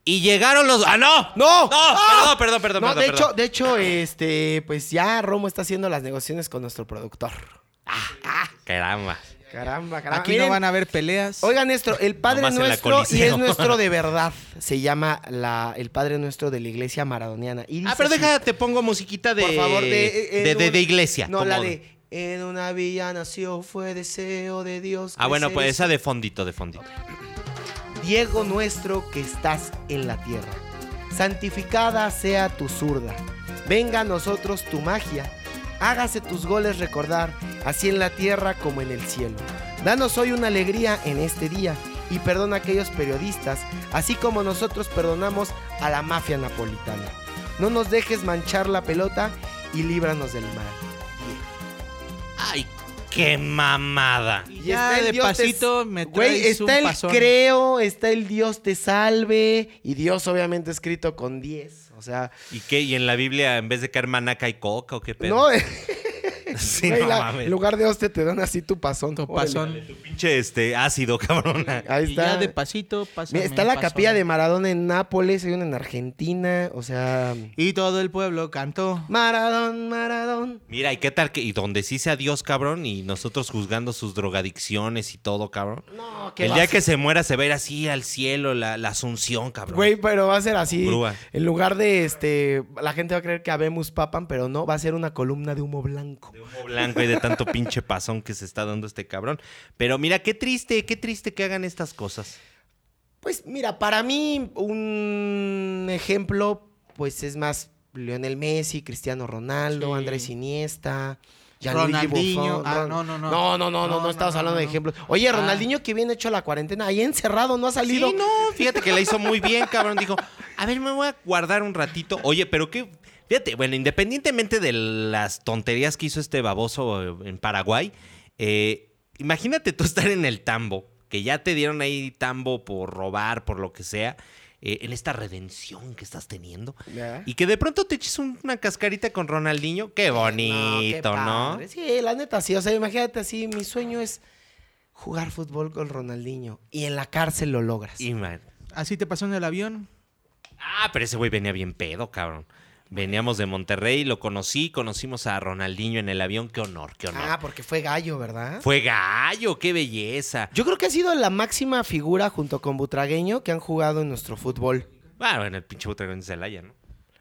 Y llegaron los. ¡Ah, no!
¡No!
¡No! ¡Ah! Perdón, perdón, perdón.
No,
perdón,
de
perdón.
hecho, de hecho, este, pues ya Romo está haciendo las negociaciones con nuestro productor.
Caramba.
Caramba, caramba.
Aquí
Miren,
no van a haber peleas.
Oigan esto, el Padre
Nomás en la
Nuestro y
Coliseo.
es nuestro de verdad. Se llama la, el Padre Nuestro de la Iglesia Maradoniana. Y dice
Ah, pero
así,
deja, te pongo musiquita de.
por favor, de,
de, eh,
en
de-
un-
de iglesia.
No, la
como-
de en una villa nació, fue deseo de Dios.
Ah, bueno, ah.
crecer
pues esa de fondito, de fondito.
Diego nuestro que estás en la tierra. Santificada sea tu zurda. Venga a nosotros tu magia. Hágase tus goles recordar, así en la tierra como en el cielo. Danos hoy una alegría en este día y perdona a aquellos periodistas, así como nosotros perdonamos a la mafia napolitana. No nos dejes manchar la pelota y líbranos del mal.
Ay, ¡Qué mamada!
Y
Y
ya
está el
de
Dios te-
pasito me traes
Güey,
un
está el
pasón.
creo, está el Dios te salve. Y Dios, obviamente, escrito con 10. O sea,
¿Y qué? ¿Y en la Biblia en vez de caer manaca y coca o qué pedo?
no, eh,
sí,
güey,
no
la-
mames.
en lugar de Dios te, te dan así tu pasón.
Tu
Órale.
pasón.
Tu pinche este, ácido, cabrona.
Ahí
Y ya
está.
de pasito, pásame
Mira, está la
pasón.
capilla de Maradona en Nápoles, hay una en Argentina. O sea,
Y todo el pueblo cantó.
Maradón, Maradón.
Mira, ¿y qué tal? Que, y donde sí sea Dios, cabrón, y nosotros juzgando sus drogadicciones y todo, cabrón.
No,
El día que se muera se va a ir así al cielo, la, la asunción, cabrón.
Güey, pero va a ser así.
Grúa.
En lugar de este. La gente va a creer que habemos papan, pero no, va a ser una columna de humo blanco.
De humo blanco y de tanto pinche pasón que se está dando este cabrón. Pero mira, qué triste, qué triste que hagan estas cosas.
Pues mira, para mí, un ejemplo, pues es más Lionel Messi, Cristiano Ronaldo,
Sí.
Andrés Iniesta.
Ronaldinho.
Buffon,
Ah,
Ron-
no, no, no.
No, no, no, no, no,
No, no,
estamos
no,
hablando de
no.
ejemplos. Oye,
Ah.
Ronaldinho que bien hecho la cuarentena, ahí encerrado, no ha salido.
Sí, no, fíjate que la hizo muy bien, cabrón. Dijo, a ver, me voy a guardar un ratito. Oye, pero qué... Fíjate, bueno, independientemente de las tonterías que hizo este baboso eh, en Paraguay, eh, imagínate tú estar en el tambo, que ya te dieron ahí tambo por robar, por lo que sea, eh, en esta redención que estás teniendo.
Ya.
Y que de pronto te eches un- una cascarita con Ronaldinho. Qué
qué
bonito, ¿no?
padre. Sí, la neta, sí. O sea, imagínate así, mi sueño es jugar fútbol con Ronaldinho. Y en la cárcel lo logras.
Y, man,
Así te pasó en el avión.
Ah, pero ese güey venía bien pedo, cabrón. Veníamos de Monterrey, lo conocí, conocimos a Ronaldinho en el avión. Qué honor, qué honor.
ah, porque fue gallo, ¿verdad?
Fue gallo, qué belleza.
Yo creo que ha sido la máxima figura junto con Butragueño que han jugado en nuestro fútbol.
Ah, bueno, el pinche Butragón de Celaya, ¿no?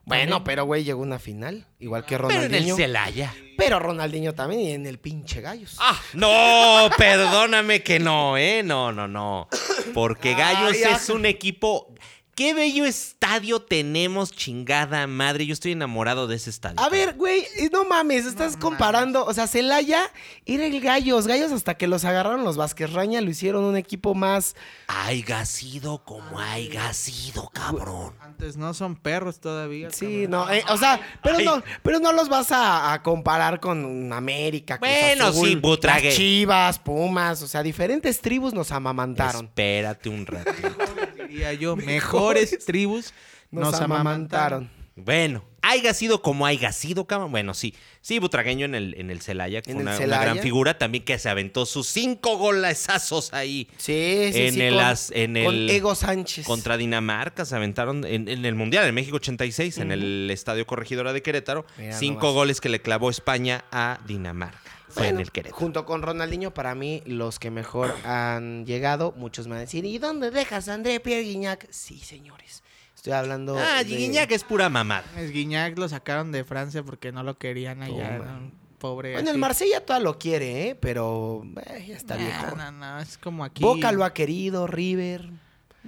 Bueno, pero güey, llegó una final, igual que
Pero en el
Ronaldinho. Pero,
Celaya.
Ronaldinho también y en el pinche Gallos.
Ah, no, perdóname que no, ¿eh? No, no, no. Porque Gallos
Ay,
es un equipo. Qué bello estadio tenemos, chingada madre. Yo estoy enamorado de ese estadio.
A ver, güey, eh, no mames, estás comparando. O sea, Celaya era el Gallos. Gallos hasta que los agarraron los Vázquez Raña, lo hicieron un equipo más.
Haiga sido como haiga sido, cabrón.
Antes no son perros todavía.
Sí,
cabrón.
no, eh, o sea, pero no, pero no los vas a, a comparar con América, Cruz
Bueno,
Azul,
sí, Butragueño.
las Chivas, Pumas, o sea, diferentes tribus nos amamantaron.
Espérate un ratito.
Diría yo, mejores, tribus
Nos, amamantaron.
bueno, haiga sido como haiga sido, cabrón. Bueno, sí. Sí, Butragueño en el, en el Celaya, que
En
fue
el
una, una
Celaya.
gran figura también que se aventó sus cinco golazazos ahí.
Sí, sí,
En
sí,
el
con,
as- en
con
el-
Ego Sánchez.
Contra Dinamarca se aventaron en, en el Mundial, en México 86, en el Estadio Corregidora de Querétaro.
Mira
cinco
nomás.
goles que le clavó España a Dinamarca. Fue
Bueno,
en el Querétaro.
Junto con Ronaldinho, para mí, los que mejor han llegado, muchos me van a decir, ¿y dónde dejas a André Pierre Guignac? Sí, señores. Estoy hablando.
Ah,
de-
Guiñac es pura mamada.
Es Guiñac lo sacaron de Francia porque no lo querían allá.
Toma.
era un Pobre.
Bueno, el
así.
Marsella todavía lo quiere, ¿eh? Pero eh, ya está
Nah,
viejo.
No, no, es como aquí.
Boca lo ha querido, River.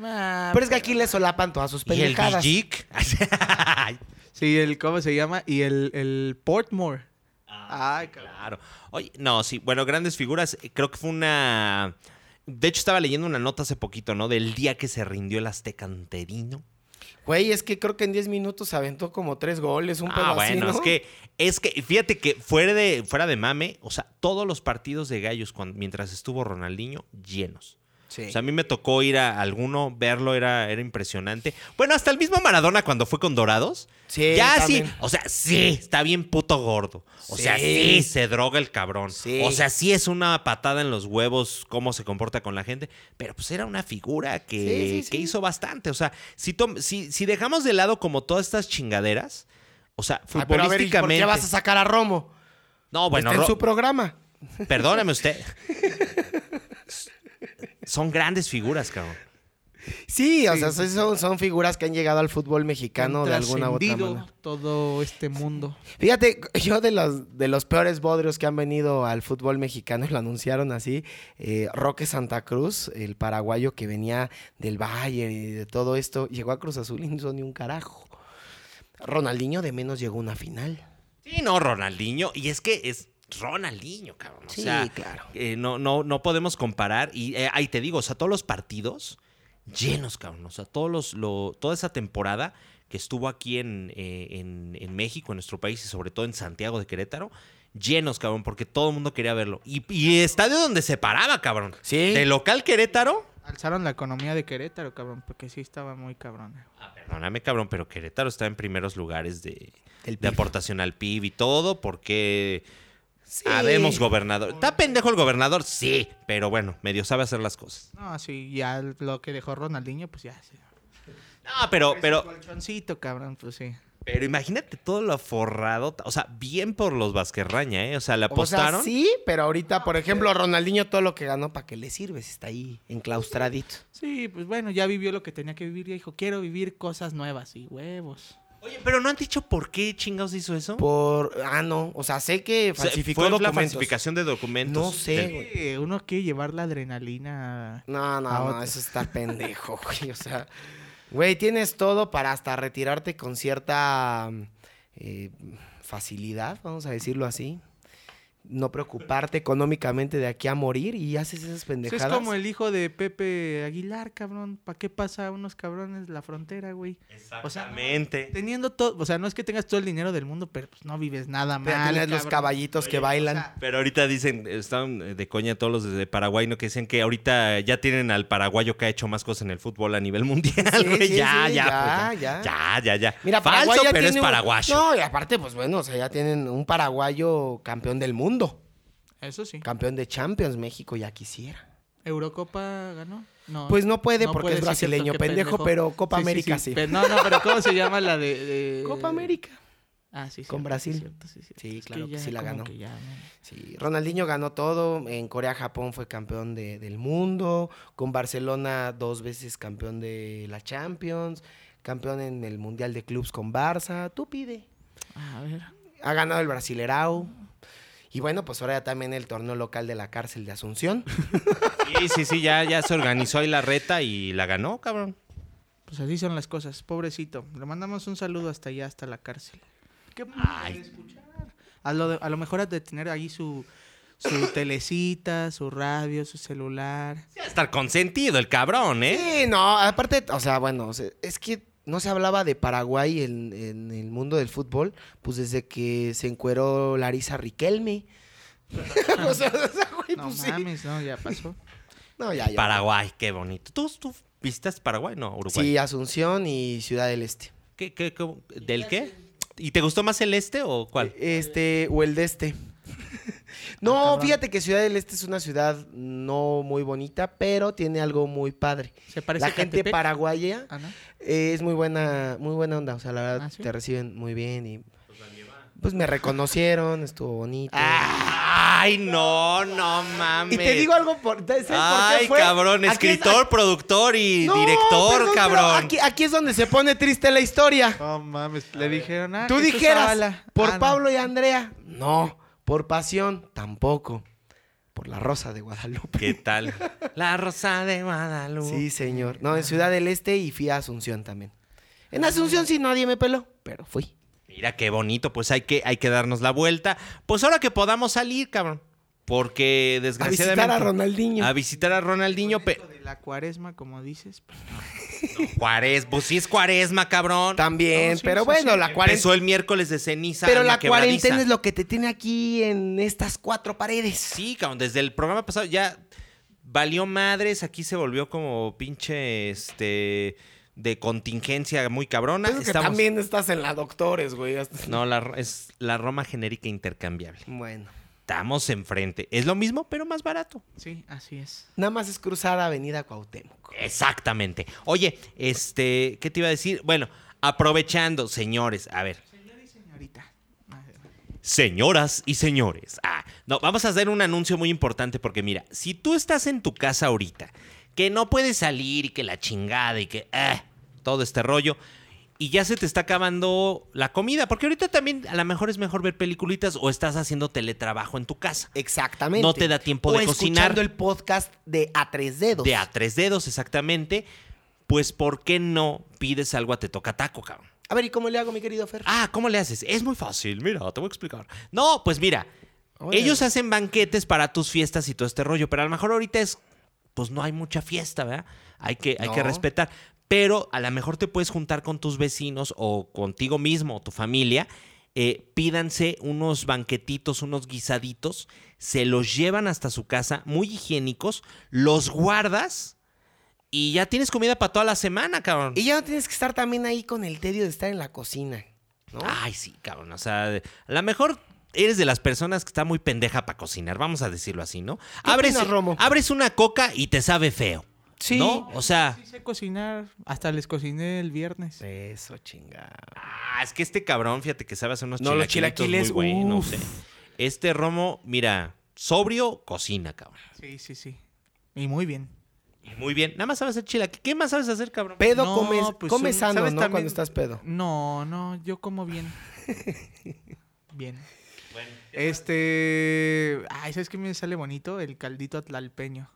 Ah,
Pero es que aquí le solapan todas sus
Y el
pendejadas.
Villic.
Sí, el, ¿cómo se llama? Y el, el Portmore.
Ay, claro. Oye, no, sí, bueno, grandes figuras. Eh, Creo que fue una. De hecho, estaba leyendo una nota hace poquito, ¿no? Del día que se rindió el Azteca Anterino.
Güey, es que creo que en 10 minutos aventó como 3 goles, un
ah,
pedo así,
bueno,
¿no?
es que, es que, fíjate que fuera de, fuera de mame, o sea, todos los partidos de gallos cuando- mientras estuvo Ronaldinho, llenos.
Sí.
O sea, a mí me tocó ir a alguno, verlo, era, era impresionante. Bueno, hasta el mismo Maradona cuando fue con Dorados.
Sí,
Ya sí,
también.
o sea, sí, está bien puto gordo. O
Sí.
sea, sí, se droga el cabrón.
Sí.
O sea, sí es una patada en los huevos cómo se comporta con la gente. Pero pues era una figura que,
Sí, sí,
que
sí.
hizo bastante. O sea, si, tom- si, si dejamos de lado como todas estas chingaderas, o sea,
Ay, Ah, pero a ver, ¿y ¿por
futbolísticamente.
qué vas a sacar este a Romo?
No, bueno,
Está en
Ro-
su programa.
perdóname usted. Son grandes figuras, cabrón.
Sí, o sea, son, son figuras que han llegado al fútbol mexicano
Han
de alguna u otra
trascendido
manera.
todo este mundo.
Fíjate, yo de los, de los peores bodrios que han venido al fútbol mexicano, lo anunciaron así, eh, Roque Santa Cruz, el paraguayo que venía del Valle y de todo esto, llegó a Cruz Azul y no hizo ni un carajo. Ronaldinho de menos llegó a una final.
Sí, no, Ronaldinho. Y es que es Ronaldinho, cabrón. O
Sí,
sea,
claro.
eh, no, no, no podemos comparar. Y eh, ahí te digo, o sea, todos los partidos llenos, cabrón. O sea, todos los, lo- toda esa temporada que estuvo aquí en, eh, en- en México, en nuestro país y sobre todo en Santiago de Querétaro, llenos, cabrón, porque todo el mundo quería verlo. Y, y estadio donde se paraba, cabrón.
Sí.
De local Querétaro.
Alzaron la economía de Querétaro, cabrón, porque sí estaba muy cabrón.
Ah, Perdóname, cabrón, pero Querétaro está en primeros lugares de, de
Del PIB.
aportación al PIB y todo, porque
Sí.
habemos gobernador. ¿Está pendejo el gobernador? Sí, pero bueno, medio sabe hacer las cosas.
No, así ya lo que dejó Ronaldinho, pues ya. Sí.
No, pero, pero,
Colchoncito, cabrón, pues sí.
pero imagínate todo lo forrado. O sea, bien por los Vasquerraña, ¿eh? O sea, le
O sea,
apostaron.
sí, pero ahorita, por ejemplo, Ronaldinho, todo lo que ganó, ¿para qué le sirve? Si Está ahí, enclaustradito.
Sí, pues bueno, ya vivió lo que tenía que vivir. Ya dijo, quiero vivir cosas nuevas y huevos.
Oye, pero ¿no han dicho por qué chingados hizo eso?
Por. Ah, no. O sea, sé que
O sea,
falsificó
fue la
documentos.
falsificación de documentos.
No sé,
del-
güey.
Sí, uno quiere llevar la adrenalina.
No,
Ah,
no,
A
no,
otro.
eso está pendejo, güey. O sea, güey, tienes todo para hasta retirarte con cierta eh, facilidad, vamos a decirlo así. No preocuparte económicamente de aquí a morir y haces esas
Eso
pendejadas.
es como el hijo de Pepe Aguilar, cabrón. ¿Para qué pasa a unos cabrones la frontera, güey? O sea, no,
Exactamente.
teniendo todo, o sea, no es que tengas todo el dinero del mundo, pero pues no vives nada
Pero
mal.
tienes los
cabrón.
caballitos que bailan.
Pero ahorita dicen, están eh, de coña todos los de Paraguay, ¿no? Que dicen que ahorita ya tienen al paraguayo que ha hecho más cosas en el fútbol a nivel mundial,
Sí,
güey.
sí,
ya,
sí,
ya,
ya,
pues, ya,
ya.
ya, ya, ya.
Mira,
Falso,
Paraguay ya
pero es
tiene un-
paraguayo.
No, y aparte, pues bueno, o sea, ya tienen un paraguayo campeón del mundo.
Eso sí.
Campeón de Champions, México ya quisiera.
¿Eurocopa ganó? No.
Pues no puede
sí,
porque es
cierto,
brasileño,
qué
pendejo, pero Copa América sí.
Pero no, no, pero ¿cómo se llama la de, de-
Copa América.
Ah, sí,
Con
cierto,
Brasil.
Sí, cierto, sí, cierto.
Sí,
Es
claro que
ya
sí la
como
ganó.
que ya, ¿no?
Sí, Ronaldinho ganó todo. En Corea, Japón fue campeón de- del mundo. Con Barcelona, dos veces campeón de la Champions. Campeón en el Mundial de Clubs con Barça. Tú pide.
A ver.
Ha ganado el Brasilerao. Y bueno, pues ahora ya también el torneo local de la cárcel de Asunción.
Sí, sí, sí, ya, ya se organizó ahí la reta y la ganó, cabrón.
Pues así son las cosas, pobrecito. Le mandamos un saludo hasta allá, hasta la cárcel. ¿Qué de escuchar? A lo, de- a lo mejor ha de tener ahí su, su telecita, su radio, su celular.
Sí, va a estar consentido el cabrón, ¿eh?
Sí, no, aparte, o sea, bueno, o sea, es que no se hablaba de Paraguay en, en el mundo del fútbol, pues desde que se encueró Larisa Riquelme. o sea, o sea, güey,
No
pues sí.
mames, no, ya pasó.
No, ya, ya.
Paraguay, qué bonito. ¿Tú, tú visitas Paraguay? No, Uruguay.
Sí, Asunción y Ciudad del Este.
¿Qué, qué, qué- del qué? ¿Y te gustó más el este o cuál?
Este, o el de este. No,
Ah, cabrón.
fíjate que Ciudad del Este es una ciudad no muy bonita, pero tiene algo muy padre.
Se parece
la
a
gente
Catepec.
paraguaya
Ah, ¿no?
eh, es muy buena, muy buena onda, o sea, la verdad
Ah, ¿sí?
te reciben muy bien y pues me reconocieron, estuvo bonito.
Ay, no, no Ah, mames.
Ah. y te digo algo por, ¿sabes por qué
Ay,
fue?
cabrón,
Aquí es- ah,
escritor, productor y
No,
director,
perdón, pero
cabrón. Ah,
Aquí, aquí es donde se pone triste la historia.
No mames, le dijeron. ah,
Tú
Jesús
dijeras,
Zavala.
por
Ah, no.
Pablo y Andrea. No, por pasión, tampoco. Por la Rosa de Guadalupe.
¿Qué tal? La Rosa de Guadalupe.
Sí, señor.
Ah.
No, en Ciudad del Este y fui a Asunción también. En Asunción sí nadie me peló, pero fui.
Mira qué bonito, pues hay que, hay que darnos la vuelta. Pues ahora que podamos salir, cabrón. Porque
A
desgraciadamente.
visitar a Ronaldinho.
A visitar a Ronaldinho,
Con esto
pero.
de la cuaresma, como dices. pues,
Cuaresma, pues sí es cuaresma, cabrón.
También,
No, sí,
pero
sí,
bueno,
sí.
la
Empezó
cuarentena.
el miércoles de ceniza.
Pero
en
la
quebradiza.
cuarentena es lo que te tiene aquí en estas cuatro paredes.
Sí, cabrón, desde el programa pasado ya valió madres, aquí se volvió como pinche este de contingencia muy cabrona.
Pues es que
Estamos-
también estás en la doctores, güey. hasta-
No, la, es la Roma genérica intercambiable.
Bueno,
Estamos enfrente. Es lo mismo, pero más barato.
Sí, así es.
nada más es cruzar Avenida Cuauhtémoc.
Exactamente. Oye, este, ¿qué te iba a decir? Bueno, aprovechando, señores, a ver.
Señorita. Ah,
Señoras y señores. Ah, no, vamos a hacer un anuncio muy importante porque mira, si tú estás en tu casa ahorita, que no puedes salir y que la chingada y que ah, todo este rollo y ya se te está acabando la comida, porque ahorita también a lo mejor es mejor ver peliculitas o estás haciendo teletrabajo en tu casa.
Exactamente.
No te da tiempo
O
de cocinar.
escuchando el podcast de A Tres Dedos.
De a tres dedos, exactamente. Pues, ¿por qué no pides algo a Te Toca Taco, cabrón?
A ver, ¿y cómo le hago, mi querido Fer?
Ah, ¿cómo le haces? Es muy fácil, mira, te voy a explicar. No, pues mira,
Oye.
ellos hacen banquetes para tus fiestas y todo este rollo, pero a lo mejor ahorita es, pues no hay mucha fiesta, ¿verdad? Hay que, hay que
No.
respetar. Pero a lo mejor te puedes juntar con tus vecinos o contigo mismo o tu familia eh, pídanse unos banquetitos, unos guisaditos, se los llevan hasta su casa, muy higiénicos, los guardas y ya tienes comida para toda la semana, cabrón.
Y ya no tienes que estar también ahí con el tedio de estar en la cocina, ¿no?
Ay, sí, cabrón. O sea, de- a lo mejor eres de las personas que está muy pendeja para cocinar, vamos a decirlo así, ¿no?
¿Qué opinas, Romo?
abres una coca y te sabe feo.
Sí.
¿No? O sea,
Sí sé cocinar. Hasta les cociné el viernes.
Eso, chingada.
ah, es que este cabrón, fíjate que sabe hacer unos
No, los
chilaquiles,
chilaquiles,
muy buenos,
uf.
eh. Este Romo, mira, sobrio, cocina, cabrón.
Sí, sí, sí. Y muy bien.
Muy bien. Nada más sabes hacer chilaquiles. ¿Qué más sabes hacer, cabrón?
Pedo
No,
comes,
pues,
comes
un-
sano, ¿no?
¿sabes también?
Cuando estás pedo.
No, no, yo como bien. bien. Este. Ay, ¿sabes qué me sale bonito? El caldito atlalpeño.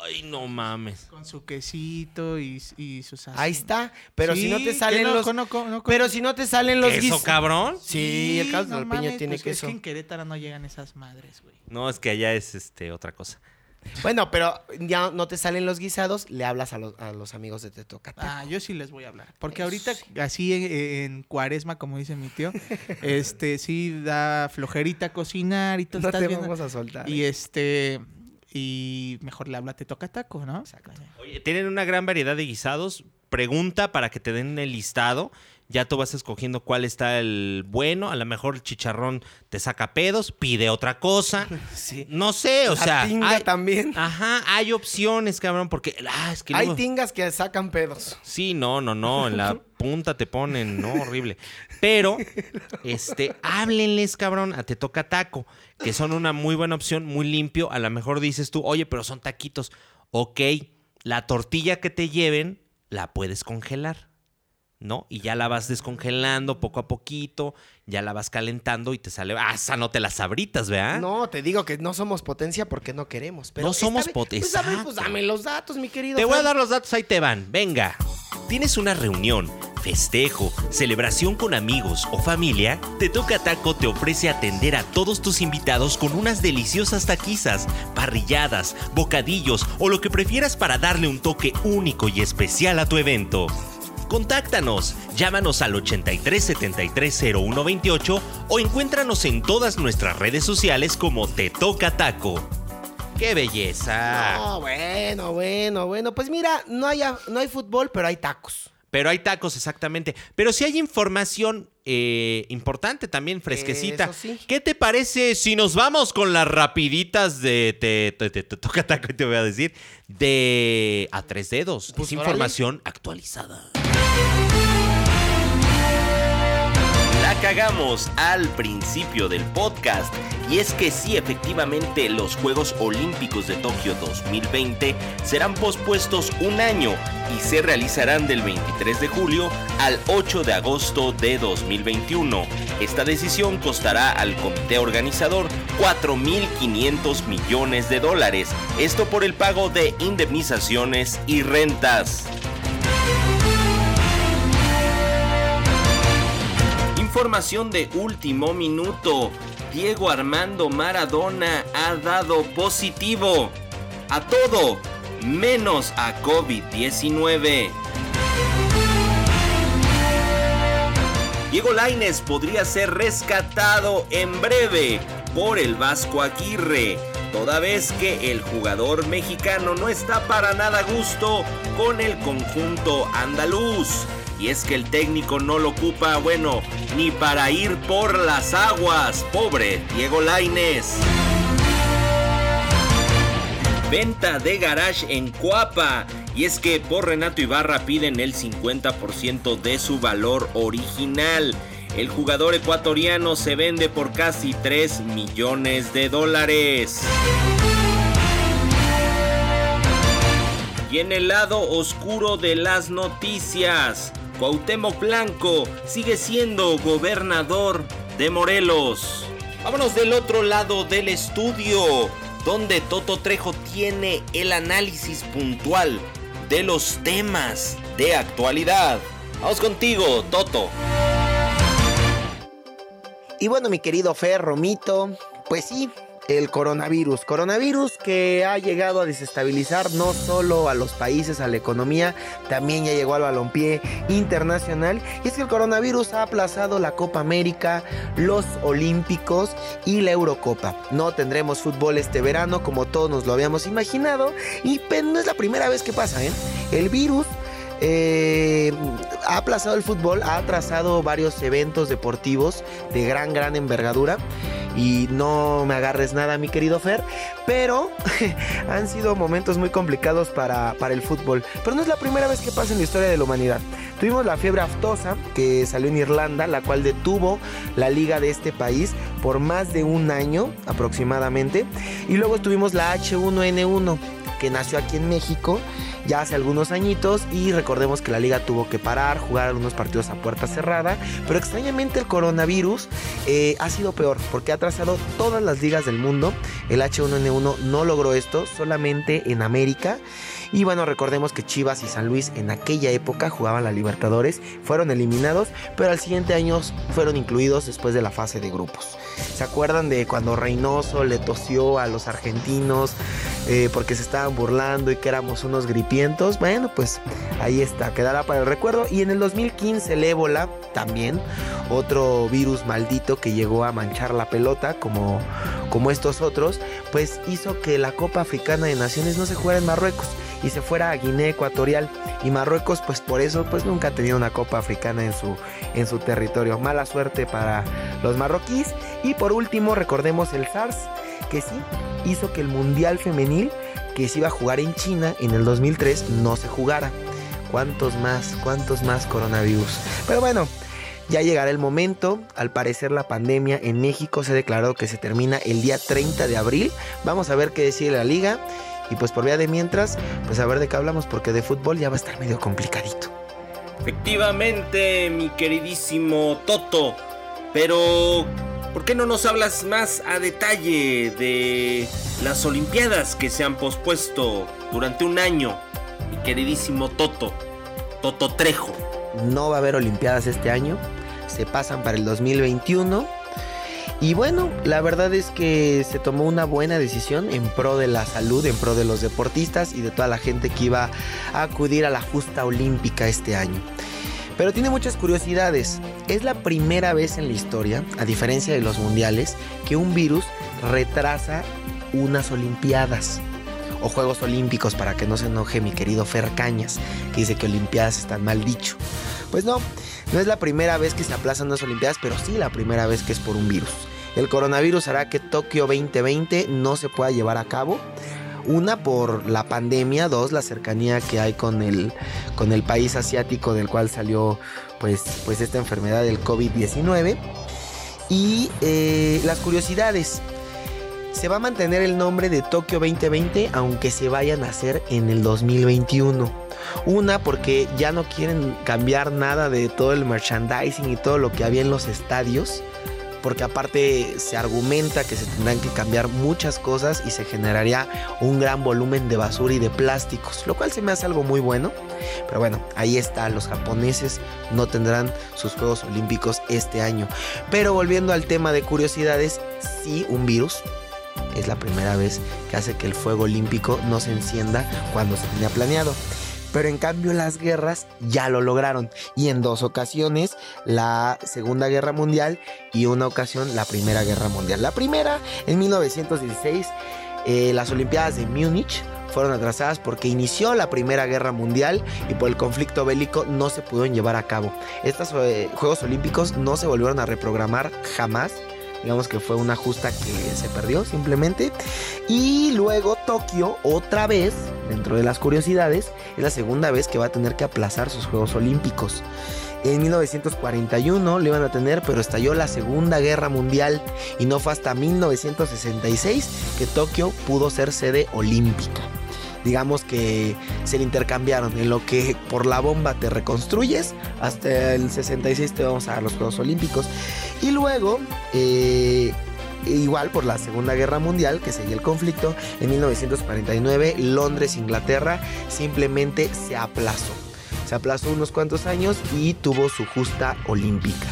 Ay, no mames.
Con su quesito y, y sus
Ah,
as-
Ahí está. Pero si
Sí,
no te
que
salen
no-
los.
no- no- no-
Pero si no te salen los
¿Queso,
guis-
cabrón?
Sí, el caldo
no
del piño
mames,
tiene
pues,
queso.
Es que en Querétaro no llegan esas madres, güey.
No, es que allá es este otra cosa.
Bueno, pero ya no te salen los guisados, le hablas a los, a los amigos de Tetocata.
Ah, yo sí les voy a hablar. Porque ahorita, así en, en cuaresma, como dice mi tío, este sí da flojerita cocinar y todo.
no
estás
te
viendo-
vamos a soltar.
Y este. Y mejor le habla, te toca taco, ¿no? Exacto.
Oye, tienen una gran variedad de guisados. Pregunta para que te den el listado. Ya tú vas escogiendo cuál está el bueno. A lo mejor el chicharrón te saca pedos, pide otra cosa.
Sí.
No sé, o
La
sea.
tinga
hay-
también.
Ajá, hay opciones, cabrón, porque. Ah, es que
Hay
luego-
tingas que sacan pedos.
Sí, no, no, no, en la punta te ponen, no, horrible. Pero, este, háblenles, cabrón, a Te Toca Taco, que son una muy buena opción, muy limpio. A lo mejor dices tú, oye, pero son taquitos. Ok, la tortilla que te lleven la puedes congelar, ¿no? Y ya la vas descongelando poco a poquito, ya la vas calentando y te sale, ah, esa no te las sabritas, ¿verdad?
No, te digo que no somos potencia porque no queremos. Pero
¿Ah? No
esta
somos
vez-
poten-
Pues, a ver, pues
Exacto.
dame los datos, mi querido.
Te voy a
Fran.
dar los datos, ahí te van. Venga.
¿Tienes una reunión, festejo, celebración con amigos o familia? Te Toca Taco te ofrece atender a todos tus invitados con unas deliciosas taquizas, parrilladas, bocadillos o lo que prefieras para darle un toque único y especial a tu evento. Contáctanos, llámanos al 83 73 01 28 o encuéntranos en todas nuestras redes sociales como Te Toca Taco.
¡Qué belleza!
No, bueno, bueno, bueno. Pues mira, no hay, no hay fútbol, pero hay tacos.
Pero hay tacos, exactamente. Pero si hay información eh, importante también, fresquecita.
Eso sí.
¿Qué te parece si nos vamos con las rapiditas de... Te, te- te- te toca taco y te voy a decir. De... A tres dedos.
Pues,
es
órale.
información actualizada.
La cagamos al principio del podcast y es que sí, efectivamente, los Juegos Olímpicos de Tokio 2020 serán pospuestos un año y se realizarán del 23 de julio al 8 de agosto de 2021. Esta decisión costará al comité organizador 4.500 millones de dólares, esto por el pago de indemnizaciones y rentas. Información de último minuto. Diego Armando Maradona ha dado positivo a todo menos a COVID-19. Diego Laines podría ser rescatado en breve por el Vasco Aguirre, toda vez que el jugador mexicano no está para nada a gusto con el conjunto andaluz. Y es que el técnico no lo ocupa, bueno, ni para ir por las aguas, pobre Diego Laines. Venta de garage en Coapa. Y es que por Renato Ibarra piden el 50% de su valor original. El jugador ecuatoriano se vende por casi 3 millones de dólares. Y en el lado oscuro de las noticias, Cuauhtémoc Blanco sigue siendo gobernador de Morelos. Vámonos del otro lado del estudio, donde Toto Trejo tiene el análisis puntual de los temas de actualidad. Vamos contigo, Toto.
Y bueno, mi querido Fer, Romito, pues sí, el coronavirus. Coronavirus que ha llegado a desestabilizar no solo a los países, a la economía, también ya llegó al balompié internacional. Y es que el coronavirus ha aplazado la Copa América, los Olímpicos y la Eurocopa. No tendremos fútbol este verano como todos nos lo habíamos imaginado. Y pues, no es la primera vez que pasa, ¿eh? El virus eh, ha aplazado el fútbol, ha atrasado varios eventos deportivos de gran, gran envergadura. Y no me agarres nada, mi querido Fer, pero han sido momentos muy complicados para, para el fútbol. Pero no es la primera vez que pasa en la historia de la humanidad. Tuvimos la fiebre aftosa que salió en Irlanda, la cual detuvo la liga de este país por más de un año aproximadamente. Y luego tuvimos la H1N1 que nació aquí en México ya hace algunos añitos y recordemos que la liga tuvo que parar, jugar algunos partidos a puerta cerrada, pero extrañamente el coronavirus eh, ha sido peor porque ha atrasado todas las ligas del mundo, el H1N1 no logró esto, solamente en América y bueno, recordemos que Chivas y San Luis en aquella época jugaban la Libertadores, fueron eliminados, pero al siguiente año fueron incluidos después de la fase de grupos. ¿Se acuerdan de cuando Reynoso le tosió a los argentinos eh, porque se estaban burlando y que éramos unos gripientos. Bueno, pues ahí está, quedará para el recuerdo. Y en el 2015 el ébola también, otro virus maldito que llegó a manchar la pelota como, como estos otros, pues hizo que la Copa Africana de Naciones no se jugara en Marruecos y se fuera a Guinea Ecuatorial. Y Marruecos, pues por eso, pues nunca ha tenido una Copa Africana en su, en su territorio. Mala suerte para los marroquíes. Y por último, recordemos el SARS, que sí hizo que el Mundial Femenil, que se iba a jugar en China en el 2003, no se jugara. ¿Cuántos más? ¿Cuántos más coronavirus? Pero bueno. Ya llegará el momento, al parecer la pandemia en México se declaró que se termina el día 30 de abril, vamos a ver qué decide la liga y pues por vía de mientras, pues a ver de qué hablamos porque de fútbol ya va a estar medio complicadito.
Efectivamente, mi queridísimo Toto. Pero, ¿por qué no nos hablas más a detalle de las Olimpiadas que se han pospuesto durante un año? Mi queridísimo Toto. Toto Trejo.
No va a haber Olimpiadas este año, se pasan para el 2021. Y bueno, la verdad es que se tomó una buena decisión en pro de la salud, en pro de los deportistas y de toda la gente que iba a acudir a la justa olímpica este año. Pero tiene muchas curiosidades. Es la primera vez en la historia, a diferencia de los mundiales, que un virus retrasa unas olimpiadas o Juegos Olímpicos para que no se enoje mi querido Fer Cañas, que dice que Olimpiadas están mal dicho. Pues no, no es la primera vez que se aplazan las Olimpiadas, pero sí la primera vez que es por un virus. El coronavirus hará que Tokio 2020 no se pueda llevar a cabo. Una por la pandemia, dos la cercanía que hay con el, con el país asiático del cual salió pues, pues esta enfermedad del COVID-19. Y eh, las curiosidades. Se va a mantener el nombre de Tokio 2020 aunque se vayan a hacer en el 2021. Una porque ya no quieren cambiar nada de todo el merchandising y todo lo que había en los estadios. Porque aparte se argumenta que se tendrán que cambiar muchas cosas y se generaría un gran volumen de basura y de plásticos. Lo cual se me hace algo muy bueno. Pero bueno, ahí está. Los japoneses no tendrán sus Juegos Olímpicos este año. Pero volviendo al tema de curiosidades, sí, un virus es la primera vez que hace que el fuego olímpico no se encienda cuando se tenía planeado. Pero en cambio las guerras ya lo lograron. Y en dos ocasiones, la Segunda Guerra Mundial y una ocasión la Primera Guerra Mundial. La primera, en 1916, eh, las Olimpiadas de Múnich fueron atrasadas porque inició la Primera Guerra Mundial y por el conflicto bélico no se pudieron llevar a cabo. Estos eh, Juegos Olímpicos no se volvieron a reprogramar jamás digamos que fue una justa que se perdió simplemente. Y luego Tokio, otra vez, dentro de las curiosidades, es la segunda vez que va a tener que aplazar sus Juegos Olímpicos. En 1941 lo iban a tener, pero estalló la Segunda Guerra Mundial y no fue hasta 1966 que Tokio pudo ser sede olímpica. Digamos que se le intercambiaron en lo que por la bomba te reconstruyes, hasta el 66 te vamos a dar los Juegos Olímpicos. Y luego, eh, igual por la Segunda Guerra Mundial, que seguía el conflicto, en 1949 Londres, Inglaterra, simplemente se aplazó. Se aplazó unos cuantos años y tuvo su justa olímpica.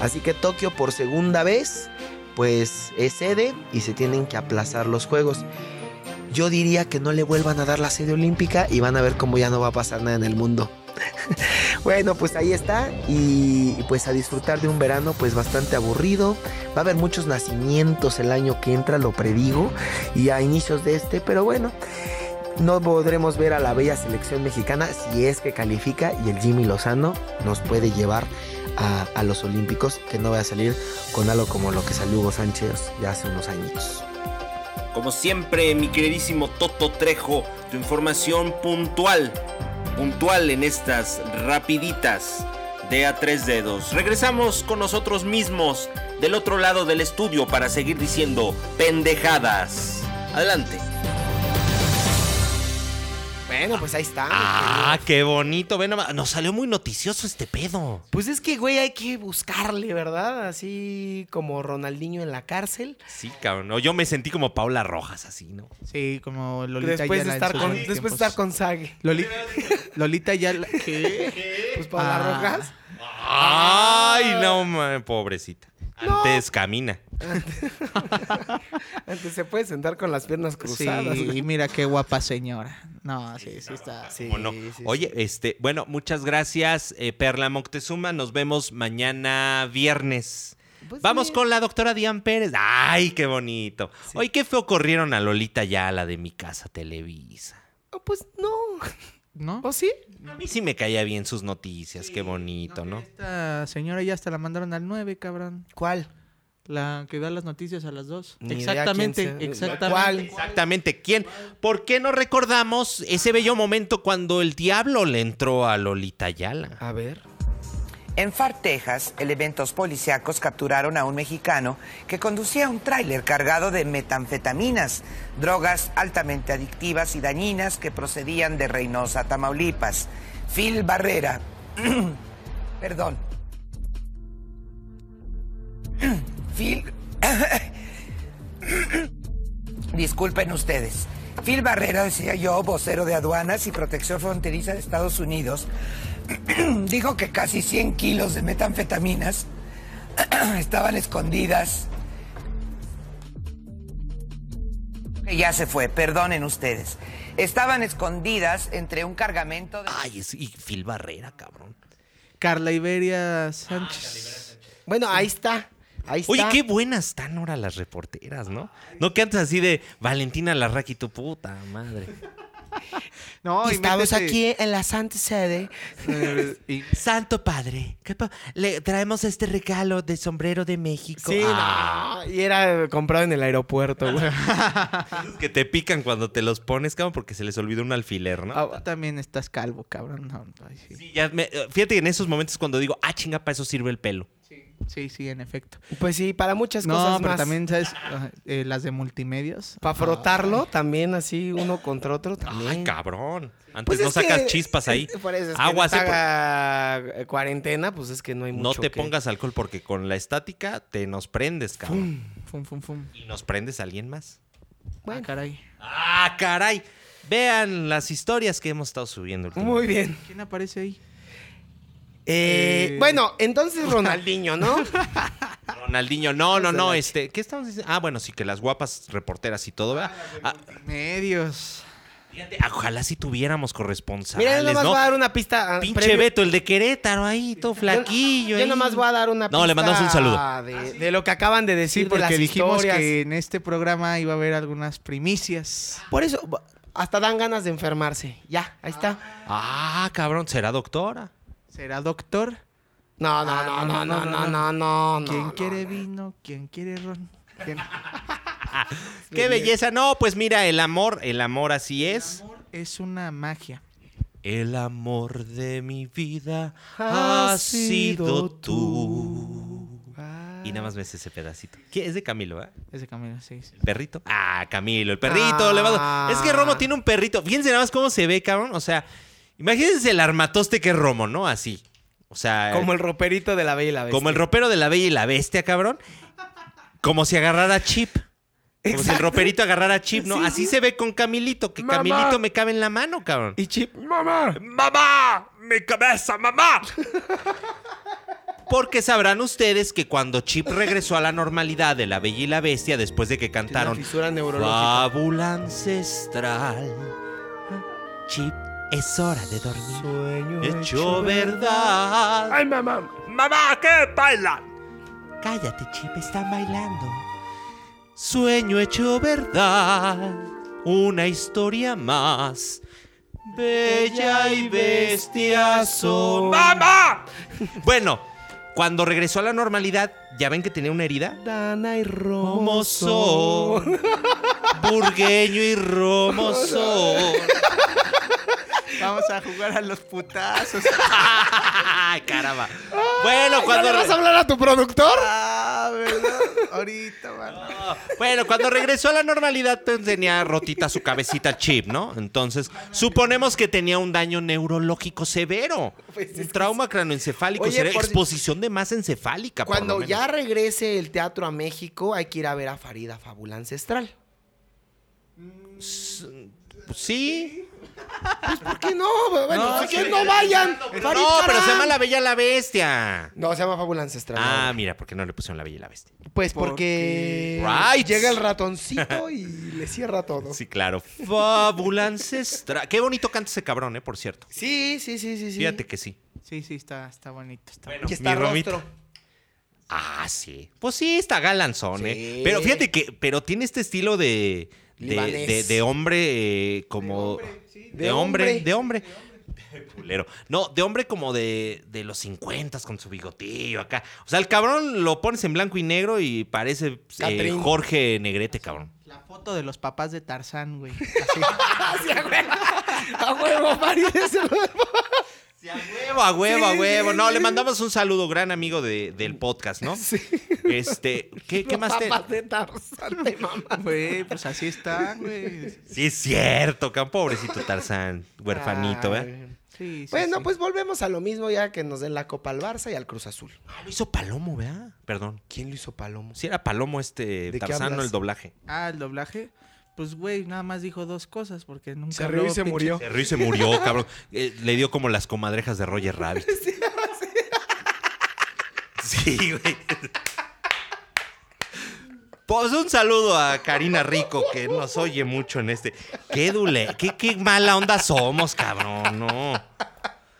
Así que Tokio por segunda vez pues es sede y se tienen que aplazar los juegos. Yo diría que no le vuelvan a dar la sede olímpica y van a ver cómo ya no va a pasar nada en el mundo. bueno, pues ahí está y pues a disfrutar de un verano pues bastante aburrido. Va a haber muchos nacimientos el año que entra, lo predigo, y a inicios de este, pero bueno. No podremos ver a la bella selección mexicana si es que califica y el Jimmy Lozano nos puede llevar a, a los Olímpicos, que no va a salir con algo como lo que salió Hugo Sánchez ya hace unos añitos.
Como siempre, mi queridísimo Toto Trejo, tu información puntual, puntual en estas rapiditas de a tres dedos. Regresamos con nosotros mismos del otro lado del estudio para seguir diciendo pendejadas. Adelante.
Bueno, pues ahí está. mi
Ah,
querido.
qué bonito. Ven nomás. Nos salió muy noticioso este pedo.
Pues es que, güey, hay que buscarle, ¿verdad? Así como Ronaldinho en la cárcel.
Sí, cabrón. No, Yo me sentí como Paula Rojas, así, ¿no?
Sí, como Lolita
Después de,
Ayala en
estar
sus
con,
buenos
después de
tiempos.
estar con Sage.
Loli- Lolita Ayala. ¿Qué?
Pues Paula
Ah.
Rojas.
Ay, no, ma- pobrecita. Antes camina.
Antes se puede sentar con las piernas cruzadas.
Sí, mira qué guapa señora. No, pues, sí, sí está.
¿Cómo no? Oye, este, bueno, muchas gracias, eh, Perla Moctezuma. Nos vemos mañana viernes.
Pues
Vamos
sí.
con la doctora Dian Pérez. Ay, qué bonito. Oye, qué feo corrieron a Lolita ya, la de mi casa Televisa.
Oh, pues no.
¿No?
¿O sí?
A mí sí me caía bien sus noticias, qué bonito, ¿no?
Esta señora ya hasta la mandaron al 9, cabrón.
¿Cuál?
La que da las noticias a las 2.
Ni idea quién sea.
exactamente.
Exactamente, ¿quién? ¿Por qué no recordamos ese bello momento cuando el diablo le entró a Lolita Ayala?
A ver.
En Far, Texas, elementos policíacos capturaron a un mexicano que conducía un tráiler cargado de metanfetaminas, drogas altamente adictivas y dañinas que procedían de Reynosa, Tamaulipas. Phil Barrera, perdón. Phil, Disculpen ustedes. Phil Barrera, decía yo, vocero de aduanas y protección fronteriza de Estados Unidos, dijo que casi 100 kilos de metanfetaminas estaban escondidas. Que Ya se fue, perdonen ustedes. Estaban escondidas entre un cargamento de...
Ay, es, y Phil Barrera, cabrón.
Carla Iberia Sánchez.
Bueno, ahí está. Ahí está.
Oye, qué buenas están ahora las reporteras, ¿no? No que antes así de Valentina Larraqui, tu puta madre.
No, y
Estamos
métete-
aquí en la Santa Sede.
Eh, y-
Santo Padre, ¿qué pa- le traemos este regalo de sombrero de México.
Sí,
Ah,
no. Y era comprado en el aeropuerto, güey.
Que te pican cuando te los pones, cabrón, porque se les olvidó un alfiler,
Ah.
¿no?
Tú Ah, también estás calvo, cabrón. No, no, ay, sí.
Sí, ya me- eh, fíjate que en esos momentos cuando digo, ah, chinga, para eso sirve el pelo.
sí, sí, sí, en efecto.
Pues sí, para muchas
No,
cosas
pero
más.
también, ¿sabes? Ajá, eh, las de multimedios. Ah,
Para frotarlo también así uno contra otro también.
Ay, cabrón. Antes
Pues
Ah, no
es que-
sacas chispas ahí. eh,
es- por eso es que
Agua,
en
sí,
esta cuarentena, pues es que no hay
por-
mucho
no te
que-
pongas alcohol porque con la estática te nos prendes, cabrón.
Fum, fum, fum.
Y nos prendes a alguien más.
Ah, caray.
¡Ah, caray! Vean las historias que hemos estado subiendo. últimamente.
Muy bien.
¿Quién aparece ahí?
Eh,
Eh,
Bueno, entonces Ronaldinho, ¿no?
Ronaldinho, no, no, no, este, ¿qué estamos diciendo? Ah, bueno, sí, que las guapas reporteras y todo, ¿verdad? Ah,
Medios.
fíjate, ojalá si tuviéramos corresponsales,
Mira, yo nomás
¿no?
voy a dar una pista. ah,
Pinche
previo-
Beto, el de Querétaro ahí, todo flaquillo.
Yo, yo
ahí.
nomás voy a dar una pista.
No, le mandamos un saludo.
De, de lo que acaban de decir,
Sí,
de
porque
las
dijimos
historias.
que en este programa iba a haber algunas primicias.
Por eso, bo- hasta dan ganas de enfermarse. Ya, ahí está.
Ah, cabrón, será doctora.
¿Será doctor?
No, no,
Ah,
no, no, no, no, no, no, no.
¿Quién
no.
quiere vino? ¿Quién quiere ron? ¿Quién-
Qué belleza. No, pues mira, el amor, el amor así
El
es.
amor es una magia.
El amor de mi vida
Ha
ha sido
sido
tú.
Ah.
Y nada más ves ese pedacito. ¿Qué? Es de Camilo, ¿eh?
Ese camino, sí. sí.
¿El perrito? Ah, Camilo, el perrito.
Ah.
le va a- Es que Romo tiene un perrito. Fíjense nada más cómo se ve, cabrón. O sea, imagínense el armatoste que es Romo, ¿no? Así. O sea,
Como el roperito de la bella y la bestia.
como el ropero de la bella y la bestia, cabrón. Como si agarrara chip. Como si el roperito agarrara chip, ¿no? Así se ve con Camilito, que
Mamá.
Camilito me cabe en la mano, cabrón.
Y Chip, mamá.
¡Mamá! ¡Mi cabeza, mamá! Porque sabrán ustedes que cuando Chip regresó a la normalidad de La Bella y la Bestia, después de que cantaron
fisura neurológica.
Fábula ancestral, Chip, es hora de dormir.
Sueño
Hecho verdad.
Ay, mamá.
¡Mamá, qué bailan! Cállate, Chip, están bailando. Sueño hecho verdad, una historia más. Bella y bestia son. ¡Mamá! Bueno, cuando regresó a la normalidad, ¿ya ven que tenía una herida?
Dana y Romo
Romo son. Burgueño y Romo son.
Vamos a jugar a los putazos.
¡Ay, caramba! Bueno, cuando.
¿Vas a hablar a tu productor?
Ah, ¿verdad? Ahorita, mano.
Bueno, cuando regresó a la normalidad pues, tenía rotita su cabecita chip, ¿no? Entonces, suponemos que tenía un daño neurológico severo.
Pues
Un trauma cranoencefálico,
Oye,
será
por-
exposición de masa encefálica. por lo
Cuando
menos.
ya regrese el teatro a México, hay que ir a ver a Farida Fábula Ancestral.
Pues, sí.
¿Por qué no? Bueno,
No,
¿por qué
sí.
no vayan?
No, pero se llama
la...
La Bella y la Bestia.
No, se llama Fábula Ancestral.
Ah, mira, ¿por qué no le pusieron La Bella y la Bestia?
Pues porque
Rights.
Eh, llega el ratoncito y le cierra todo.
Sí, claro. Fábula ancestral. Qué bonito canta ese cabrón, ¿eh? Por cierto.
Sí, sí, sí, sí. sí.
Fíjate que sí.
Sí, sí, está, está bonito. Está
Bueno,
Y está
mi Romita.
rostro.
Ah, sí. Pues sí, está galanzón,
Sí.
¿eh? Pero fíjate que, pero tiene este estilo de. De,
Libanés.
de- de hombre eh, como. De
De
hombre,
hombre.
de hombre. Culero. No, de hombre como de, de los 50 con su bigotillo acá. O sea, el cabrón lo pones en blanco y negro y parece eh,
Catrín.
Jorge Negrete, cabrón.
La foto de los papás de Tarzán, güey. Así.
A huevo, Farida. se lo-
A huevo, a huevo, a huevo. No, le mandamos un saludo, gran amigo de- del podcast, ¿no? Mm. Este, ¿qué, qué más te.?
Papás de Tarzán, de mamá.
Güey, pues así está, güey.
Sí, es cierto, cabrón. Pobrecito Tarzán, huerfanito, ¿eh?
Ay.
Sí, sí,
Bueno,
sí.
pues volvemos a lo mismo ya que nos den la copa al Barça y al Cruz Azul.
Ah, lo hizo Palomo, ¿verdad? Perdón.
¿Quién lo hizo Palomo?
Si era Palomo este
¿De qué
Tarzano
hablas?
el doblaje.
Ah, el doblaje. Pues, güey, nada más dijo dos cosas porque nunca.
Se rió y
habló,
se
pinche-
murió.
Se rió y se murió, cabrón. Eh, le dio como las comadrejas de Roger Rabbit. Sí, güey. Pues un saludo a Karina Rico, que nos oye mucho en este. Qué dule, qué, qué mala onda somos, cabrón, no.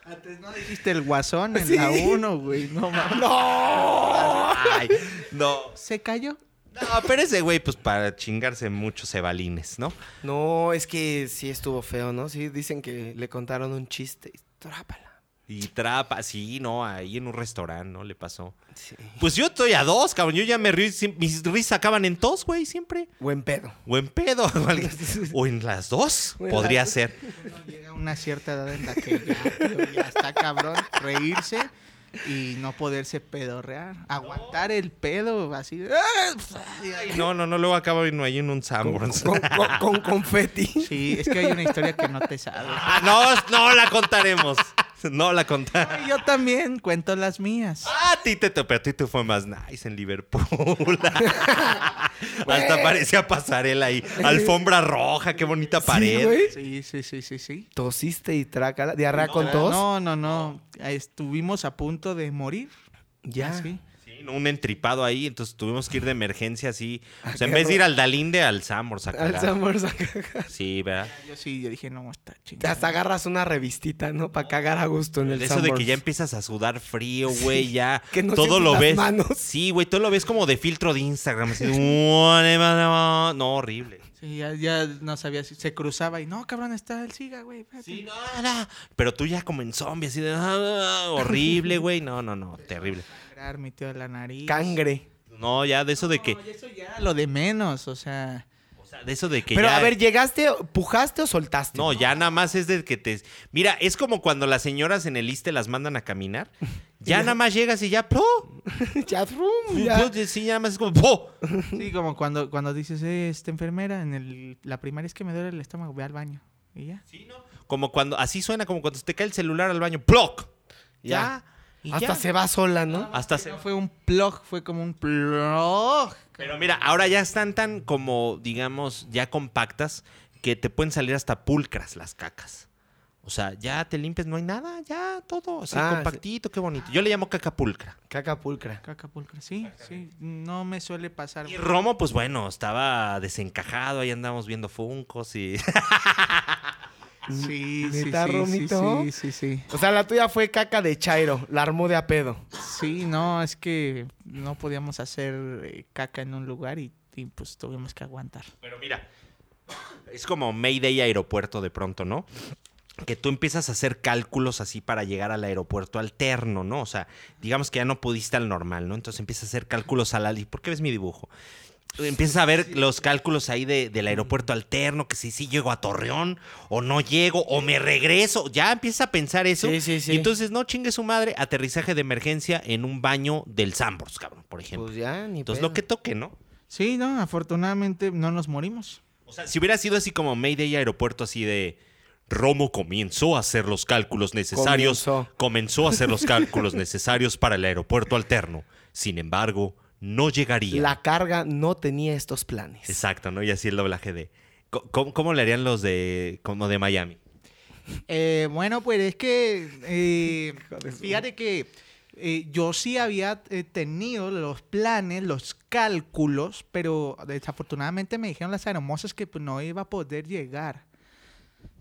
Antes no dijiste el guasón en la 1, güey. No mames.
Ay, no.
Se cayó.
No, pero ese güey, pues para chingarse muchos cebalines, ¿no?
No, es que sí estuvo feo, ¿no? Sí, dicen que le contaron un chiste. Trápala.
Y trapa, sí, no, ahí en un restaurante, ¿no? Le pasó.
Sí.
Pues yo estoy a dos, cabrón. Yo ya me río. y siem- Mis risas acaban en dos, güey, siempre.
Buen pedo.
O en pedo. O, algo- o en las dos.
O en
podría
las
ser.
Llega una cierta edad en la que ya, tío, ya está cabrón reírse y no poderse pedorrear. Aguantar el pedo así. "Ah".
No, no, no. Luego acaba uno ahí en un Sanborns.
Con, con- con confeti.
Sí, es que hay una historia que no te sabes.
Ah, no, no la contaremos. No la contaremos.
Ay, Yo también cuento las mías.
Ah, a ti te, te- pero a ti te fue más nice en Liverpool. Hasta parecía pasarela ahí. Alfombra roja, qué bonita pared.
Sí, sí, sí, sí, sí.
Tosiste y trácala. Diarrea con tos.
No, no, no. Estuvimos a punto de morir.
ya.
Así.
Sí, ¿no? un entripado ahí, entonces tuvimos que ir de emergencia así. O sea, en vez de ir al Dalinde, al Sambors a
Al
cagar.
Sanborns a cagar.
Sí, ¿verdad?
Yo sí, yo dije, no, está
Te
chingada.
Hasta agarras una revistita, ¿no? Para cagar a gusto en el
Eso de que
Sanborns.
ya empiezas a sudar frío, güey, ya.
que no
todo
sientes
lo
las
ves.
manos.
Sí, güey, todo lo ves como de filtro de Instagram. así, no, horrible.
Sí, ya, ya no sabía si se cruzaba y no, cabrón, está el siga, güey. espérate".
Sí, nada. Pero tú ya como en zombie, así de ah, horrible, güey. No, no, no, terrible.
Sangrar, mi tío de la nariz.
Cangre.
No, ya de eso de que.
No, y eso ya lo de menos, o sea.
o sea, de eso de que
Pero
ya-
a ver, ¿llegaste, pujaste o soltaste?
No, ya nada más es de que te. Mira, es como cuando las señoras en el ISTE las mandan a caminar. Ya nada más llegas y ya. ¡pro! em-
ya, rum,
Ya.
ya.
Sí, nada más es como. ¡po!
Sí, como cuando, cuando dices, "Eh, esta enfermera, en el, la primaria es que me duele el estómago, ve al baño. Y ya.
Como cuando. Así suena como cuando se te cae el celular al baño. ¡Ploc! Ya. y
Hasta
ya.
se va sola, ¿no?
Hasta se.
No fue un plog, fue como un plog.
Pero mira, ahora ya están tan como, digamos, ya compactas que te pueden salir hasta pulcras las cacas. O sea, ya te limpias, no hay nada, ya todo, así
Ah,
compactito, qué bonito. Yo le llamo cacapulcra.
Caca pulcra.
Caca pulcra, sí, sí. No me suele pasar.
Y Romo, pues bueno, estaba desencajado, ahí andamos viendo funcos y...
Sí, sí, sí,
¿Neta,
sí,
Romito?
sí, sí, sí.
O sea, la tuya fue caca de Chairo, la armó de apedo.
Sí, no, es que no podíamos hacer eh, caca en un lugar y, y, pues tuvimos que aguantar.
Pero mira, es como Mayday aeropuerto de pronto, ¿no? Que tú empiezas a hacer cálculos así para llegar al aeropuerto alterno, ¿no? O sea, digamos que ya no pudiste al normal, ¿no? Entonces empiezas a hacer cálculos al al... ¿Por qué ves mi dibujo? Empiezas a ver los cálculos ahí de- del aeropuerto alterno, que si sí llego a Torreón, o no llego, o me regreso. Ya empiezas a pensar eso.
Sí, sí, sí.
Y entonces, no chingue su madre, aterrizaje de emergencia en un baño del Sambors, cabrón, por ejemplo.
Pues ya, ni
entonces,
pedo.
lo que toque, ¿no?
Sí, no, afortunadamente no nos morimos.
O sea, si hubiera sido así como Mayday Aeropuerto, así de. Romo comenzó a hacer los cálculos necesarios.
Comenzó.
a hacer los cálculos necesarios para el aeropuerto alterno. Sin embargo, no llegaría.
La carga no tenía estos planes.
Exacto, ¿no? Y así el doblaje de. co- ¿Cómo, cómo le harían los de. como de Miami?
Eh, bueno, pues es que eh, fíjate que eh, yo sí había eh, tenido los planes, los cálculos, pero desafortunadamente me dijeron las hermosas que pues, no iba a poder llegar.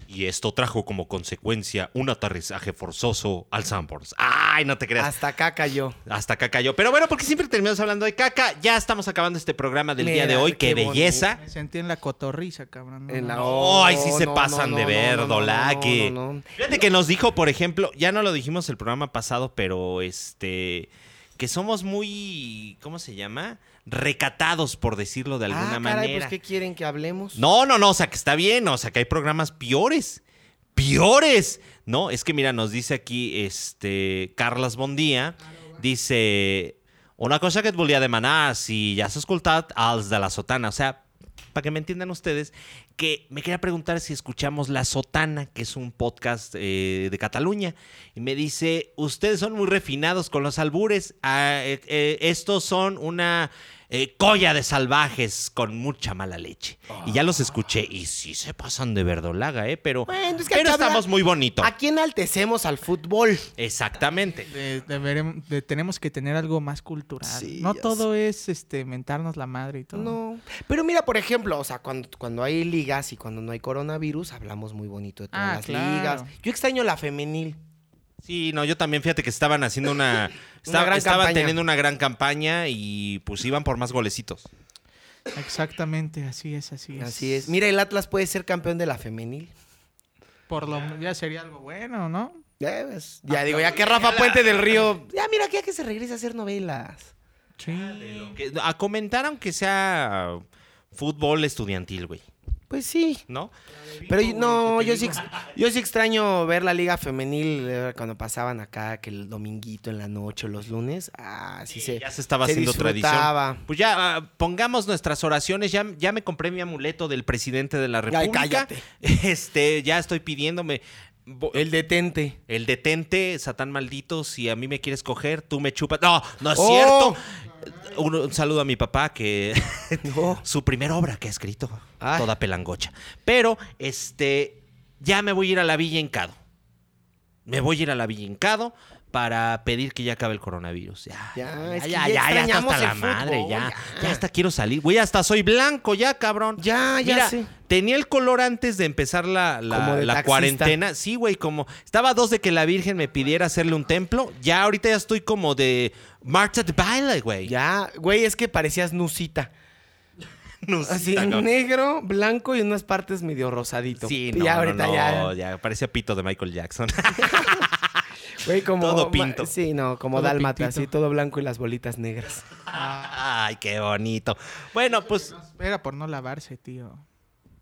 Y esto trajo como consecuencia un aterrizaje forzoso al Sanborns. ¡Ay, no te creas! Hasta,
Hasta acá cayó.
acá cayó. Pero bueno, porque siempre terminamos hablando de caca. Ya estamos acabando este programa del día de
Mira,
hoy. ¡Qué,
qué bonito.
belleza!
Me sentí en la cotorriza, cabrón. no,
En la-
no.
No, ahí sí se
no,
pasan
no,
de
no,
ver,
no, no,
Dolaque.
no, no, no.
Fíjate que nos dijo, por ejemplo, ya no lo dijimos el programa pasado, pero este que somos muy, ¿cómo se llama? Recatados, por decirlo de alguna
ah, caray,
manera.
pues ¿qué quieren que hablemos?
No, no, no, o sea que está bien, o sea que hay programas peores. ¡Piores! No, es que mira, nos dice aquí este Carlas Bondía, dice una cosa que et volia demanar si ya s'ha escoltat als de la sotana, o sea, para que me entiendan ustedes, que me quería preguntar si escuchamos La Sotana, que es un podcast eh, de Cataluña, y me dice, ustedes son muy refinados con los albures, ah, eh, eh, estos son una eh, colla de salvajes con mucha mala leche. Y ya los escuché, y sí se pasan de verdolaga, ¿eh? Pero,
Bueno, es que
pero
hay que
estamos
hablar-
muy bonito.
Aquí enaltecemos al fútbol.
Exactamente.
De- deberem- de- tenemos que tener algo más cultural.
Sí,
no
ya
todo es este mentarnos la madre y todo.
No. Pero mira, por ejemplo, o sea, cuando, cuando hay ligas y cuando no hay coronavirus, hablamos muy bonito de todas
Ah,
las
claro.
ligas. Yo extraño la femenil.
Sí, no, yo también, fíjate que estaban haciendo una... estaba-
gran
estaban
campaña.
teniendo una gran campaña y pues iban por más golecitos.
Exactamente, así es, así es.
Así es. Mira, el Atlas puede ser campeón de la femenil.
Por lo ya sería algo bueno, ¿no?
Ya, ves. Ya digo, ya que Rafa Puente del Río. Ya, mira, que ya que se regresa a hacer novelas.
Sí.
Que- a comentar aunque sea fútbol estudiantil, güey,
Pues sí.
¿no?
Pero yo- no, yo sí, ex- yo sí extraño ver la liga femenil eh, cuando pasaban acá, que el dominguito en la noche o los lunes. Ah, sí, se.
Ya se estaba
se
haciendo
disfrutaba.
tradición. Pues ya ah, pongamos nuestras oraciones, ya, ya me compré mi amuleto del presidente de la República.
cállate.
Este, ya estoy pidiéndome bo- el,
El detente.
el detente, Satán maldito, si a mí me quieres coger, tú me chupas. No, no es
¡Oh!
cierto. Un, un saludo a mi papá que
No.
su primera obra que ha escrito,
Ay.
toda pelangocha. Pero, este, ya me voy a ir a la Villa Encado. Me voy a ir a la Villa Encado para pedir que ya acabe el coronavirus. Ya,
Ya,
ya,
es que
ya,
ya
ya, ya está
extrañamos
hasta la
el
madre,
fútbol,
ya.
ya.
Ya hasta quiero salir. Güey, hasta soy blanco ya, cabrón.
Ya, ya
Mira,
sé.
tenía el color antes de empezar la, la-
Como de
la
taxista.
cuarentena. Sí, güey, como estaba a dos de que la Virgen me pidiera hacerle un templo. Ya ahorita ya estoy como de Marta de baile, güey.
Ya, güey, es que parecías nusita.
No sé,
Así,
cabrón.
negro, blanco y unas partes medio rosadito.
Sí,
Y
no,
ya
no,
ahorita
no,
ya.
ya parecía pito de Michael Jackson.
Güey, como.
Todo
ma-
pinto.
Sí, no, como
Todo
dálmata,
pintito.
así, todo blanco y las bolitas negras.
Ay, qué bonito. Bueno, pues
Ah, Era por no lavarse, tío.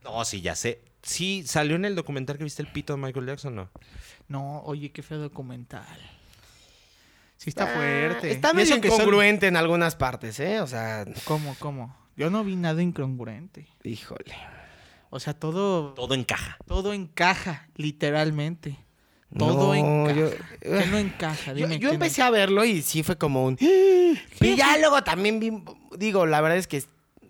no, sí ya sé. Sí, salió en el documental que viste el pito de Michael Jackson, ¿no?
No, oye, qué feo documental. Sí está fuerte.
Está
Y eso
medio
que son-
incongruente en algunas partes, ¿eh? O sea,
¿Cómo, cómo? Yo no vi nada incongruente.
híjole.
O sea, todo
Todo encaja.
todo encaja, literalmente. Todo
No,
encaja.
yo- Ah.
¿Qué no encaja?
Yo,
Dime.
yo
¿qué no
empecé a verlo y sí fue como un. Y ya luego también vi. Digo, la verdad es que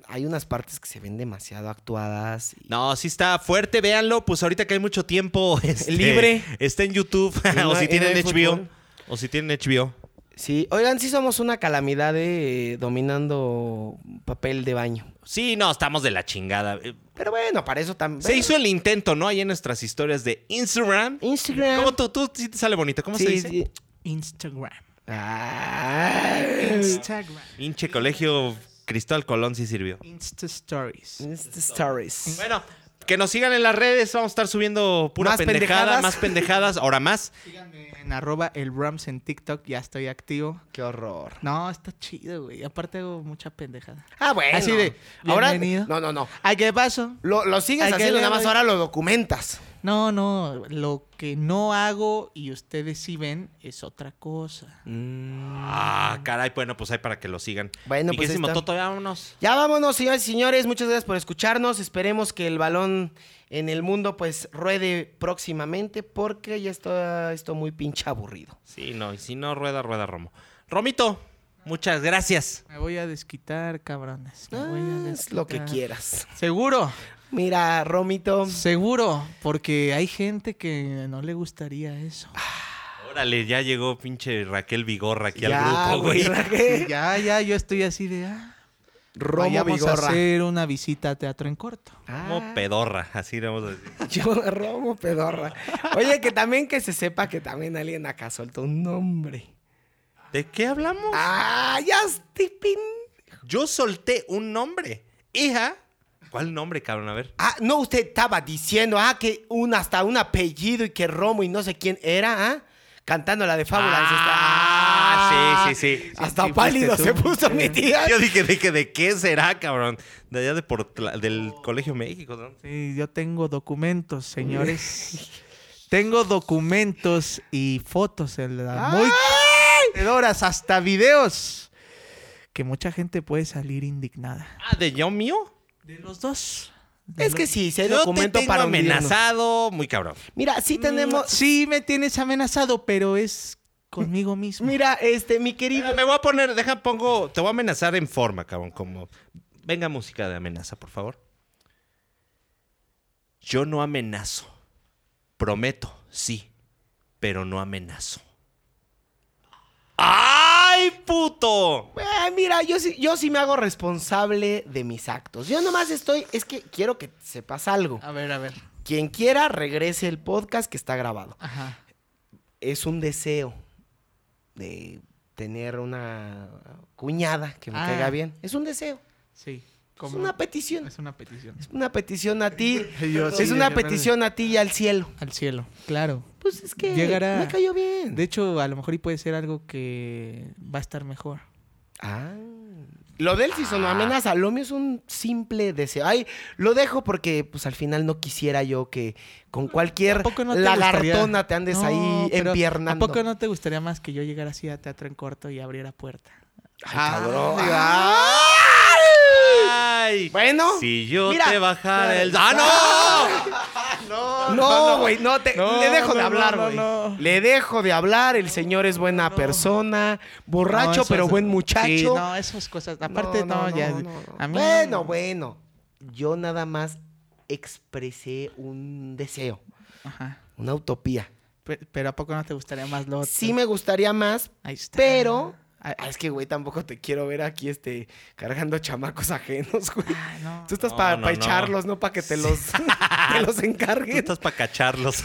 hay unas partes que se ven demasiado actuadas. y-
No, sí está fuerte, véanlo. Pues ahorita que hay mucho tiempo este,
Libre.
Está en YouTube.
no
o
hay-
si
y no
tienen
hay
HBO.
fútbol.
O si tienen HBO.
Sí, oigan, sí somos una calamidad de eh, dominando papel de baño.
Sí, no, estamos de la chingada. Eh,
Pero bueno, para eso también.
Se hizo el intento, ¿no? Ahí en nuestras historias de Instagram.
Instagram.
¿Cómo tú, tú sí te sale bonito? ¿Cómo
Sí,
se dice?
sí.
Instagram.
Ah,
Instagram.
Pinche colegio Cristóbal Colón sí sirvió.
Insta Stories.
Insta este Stories.
Bueno, que nos sigan en las redes. Vamos a estar subiendo pura
Más
pendejada,
pendejadas.
más pendejadas. Ahora más.
Síganme en arroba el Rams en TikTok, ya estoy activo.
Qué horror.
No, está chido, güey. Aparte hago mucha pendejada.
Ah, bueno.
Así de,
Ahora,
bienvenido.
no, no, no.
¿A qué paso?
Lo, lo sigues
Hay que
haciendo, nada
leerlo
más
y-
ahora lo documentas.
No, no, lo que no hago y ustedes sí ven es otra cosa.
Ah, caray. Bueno, pues hay para que lo sigan.
Bueno,
Y
pues
que
ahí
si
está.
Mototo, vámonos.
Ya vámonos, señores y señores. Muchas gracias por escucharnos. Esperemos que el balón en el mundo pues ruede próximamente porque ya está esto muy pinche aburrido.
Sí, no. Y si no, rueda, rueda, Romo. Romito, muchas gracias.
Me voy a desquitar, cabrones. Me voy a
Ah, es lo que
desquitar.
quieras.
Seguro,
Mira, Romito.
seguro, porque hay gente que no le gustaría eso.
Órale, ya llegó pinche Raquel Vigorra aquí
Ya,
al grupo, güey.
Sí, ya, ya, yo estoy así de, ah,
Romo
vayamos a
Vigorra.
hacer una visita a teatro en corto.
Como pedorra, así le vamos a decir.
Yo, Romo Pedorra. Oye, que también que se sepa que también alguien acá soltó un nombre.
¿De qué hablamos?
¡Ah, ya, Stipin!
Yo solté un nombre. Hija. ¿Cuál nombre, cabrón? A ver.
Ah, no, usted estaba diciendo, ah, que un, hasta un apellido y que Romo y no sé quién era, ¿ah? Cantando la de Fábula Ancestral.
Ah, sí, sí, sí.
Hasta
sí,
pálido
fuiste
se
tú.
puso mi tía.
Yo dije, dije, ¿de qué será, cabrón? De allá de Portla- del Colegio México, ¿no?
Sí, yo tengo documentos, señores. tengo documentos y fotos en
Ah.
la muy horas hasta videos que mucha gente puede salir indignada.
Ah, ¿de yo mío?
De los dos. De
Es
los-
que sí, se
Yo
documento
te tengo
para hundirnos.
amenazado, muy cabrón.
Mira, sí tenemos.
Mm, Sí me tienes amenazado, pero es conmigo mismo.
Mira, este, mi querido.
Me voy a poner, deja, pongo, te voy a amenazar en forma, cabrón, como... Venga música de amenaza, por favor. Yo no amenazo. Prometo, sí, pero no amenazo. ¡Ay, puto!
Eh, mira, yo sí, yo sí me hago responsable de mis actos. Yo nomás estoy. Es que quiero que sepas algo.
Ah.
A ver, a ver.
Quien quiera, regrese el podcast que está grabado.
Ajá.
Es un deseo de tener una cuñada que me
Ah.
caiga bien. Es un deseo.
Sí.
Es
como-
una petición.
Es una petición.
Es una petición a ti.
Yo sí,
es una
de-
petición a ti y al cielo.
Al cielo, claro.
Pues es que
Llegará.
me cayó bien.
De hecho, a lo mejor y puede ser algo que va a estar mejor.
Ah. Lo del sí sonó amenaza. Lo mío es un simple deseo. Ay, lo dejo porque pues al final no quisiera yo que con cualquier
poco no te
lagartona
gustaría?
te andes
No,
ahí
pero,
empiernando.
¿A poco no te gustaría más que yo llegara así a teatro en corto y abriera puerta?
Ay, cabrón.
Ah.
¡Ay!
Bueno.
Si yo
Mira.
te bajara el... ¡Ah, no!
No, güey, no, te,
No,
le dejo
no,
de
no,
hablar,
no,
güey.
no.
Le dejo de hablar, el señor es buena persona, borracho,
No, eso
pero
es-
buen
Sí,
muchacho.
no, esas cosas. Aparte, no, ya. A mí,
bueno, bueno. Yo nada más expresé un deseo,
Ajá.
una utopía.
Pe- Pero, ¿a poco no te gustaría más lo otro?
Sí me gustaría más,
Ahí está.
pero...
Ay,
Ah, es que, güey, tampoco te quiero ver aquí, este, cargando chamacos ajenos, güey.
ay, no.
Tú estás
No,
para
no, no.
echarlos, no para que te los, te los
Tú
encarguen
estás para cacharlos.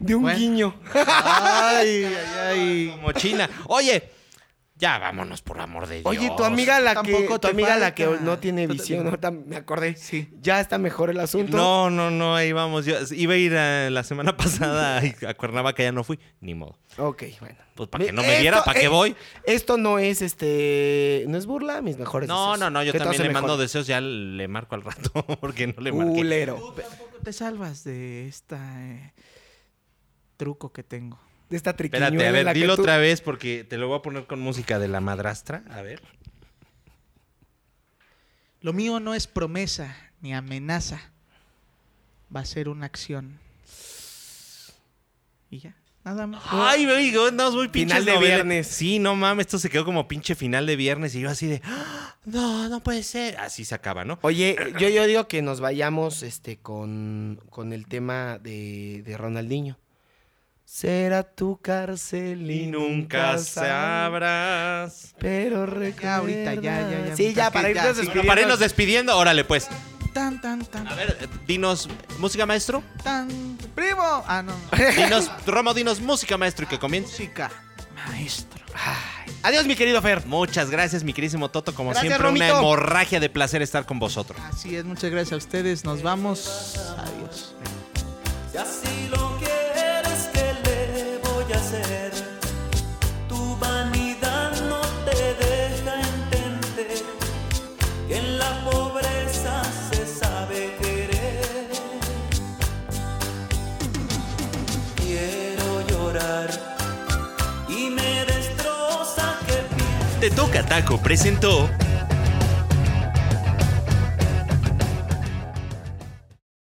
de un
Bueno.
guiño.
Ay, ay, ay.
Como China. Oye, ya vámonos, por amor de Dios.
Oye, tu amiga la que,
Tampoco
tu
te
amiga la que
falta.
no tiene
Tú te-
visión, ahorita me acordé.
Sí.
Ya está mejor el asunto.
No, no, no, ahí vamos. Yo iba a ir eh, la semana pasada a Cuernavaca, ya no fui. Ni modo.
Ok, bueno.
Pues para que no me viera,
Esto,
¿para qué
eh,
voy?
Esto no es este, no es burla, mis mejores
No,
deseos.
no, no, yo
Que todo
también
se Uh,
le mando
mejore.
deseos, ya le marco al rato, porque no le marqué.
culero.
Tampoco te salvas de esta eh, truco que tengo.
De esta triquiñuela.
Espérate, a
en la
ver,
que
dilo
tú-
otra vez porque te lo voy a poner con música de la madrastra. A ver.
Lo mío no es promesa ni amenaza. Va a ser una acción. Y ya, nada más.
Ay, me digo, andamos muy pinches
Final de
novelas.
viernes.
Sí, no mames, esto se quedó como pinche final de viernes y yo así de, ¡ah! no, no puede ser. Así se acaba, ¿no?
Oye, yo, yo digo que nos vayamos este, con, con el tema de, de Ronaldinho. Será tu cárcel y,
Y nunca sabrás.
Pero recuerda.
Ya, ahorita, ya, ya, ya.
Sí, ya,
Que ya,
para irnos
sí.
despidiendo.
Bueno, para irnos despidiendo, órale pues.
Tan, tan, tan,
A ver, eh, dinos música maestro.
tan. Primo. Ah, no.
Dinos, Romo, dinos música maestro y que comience.
Música. Maestro.
Adiós, mi querido Fer.
Muchas gracias, mi querísimo Toto. Como
Gracias,
siempre, una
Romito.
hemorragia de placer estar con vosotros.
Así es, muchas gracias a ustedes. Nos vamos. Adiós.
Si así lo quieres, ¿qué le voy a hacer? Tu vanidad no te deja entender que en la pobreza se sabe querer. Quiero llorar y me destroza que pienses.
Te toca taco presentó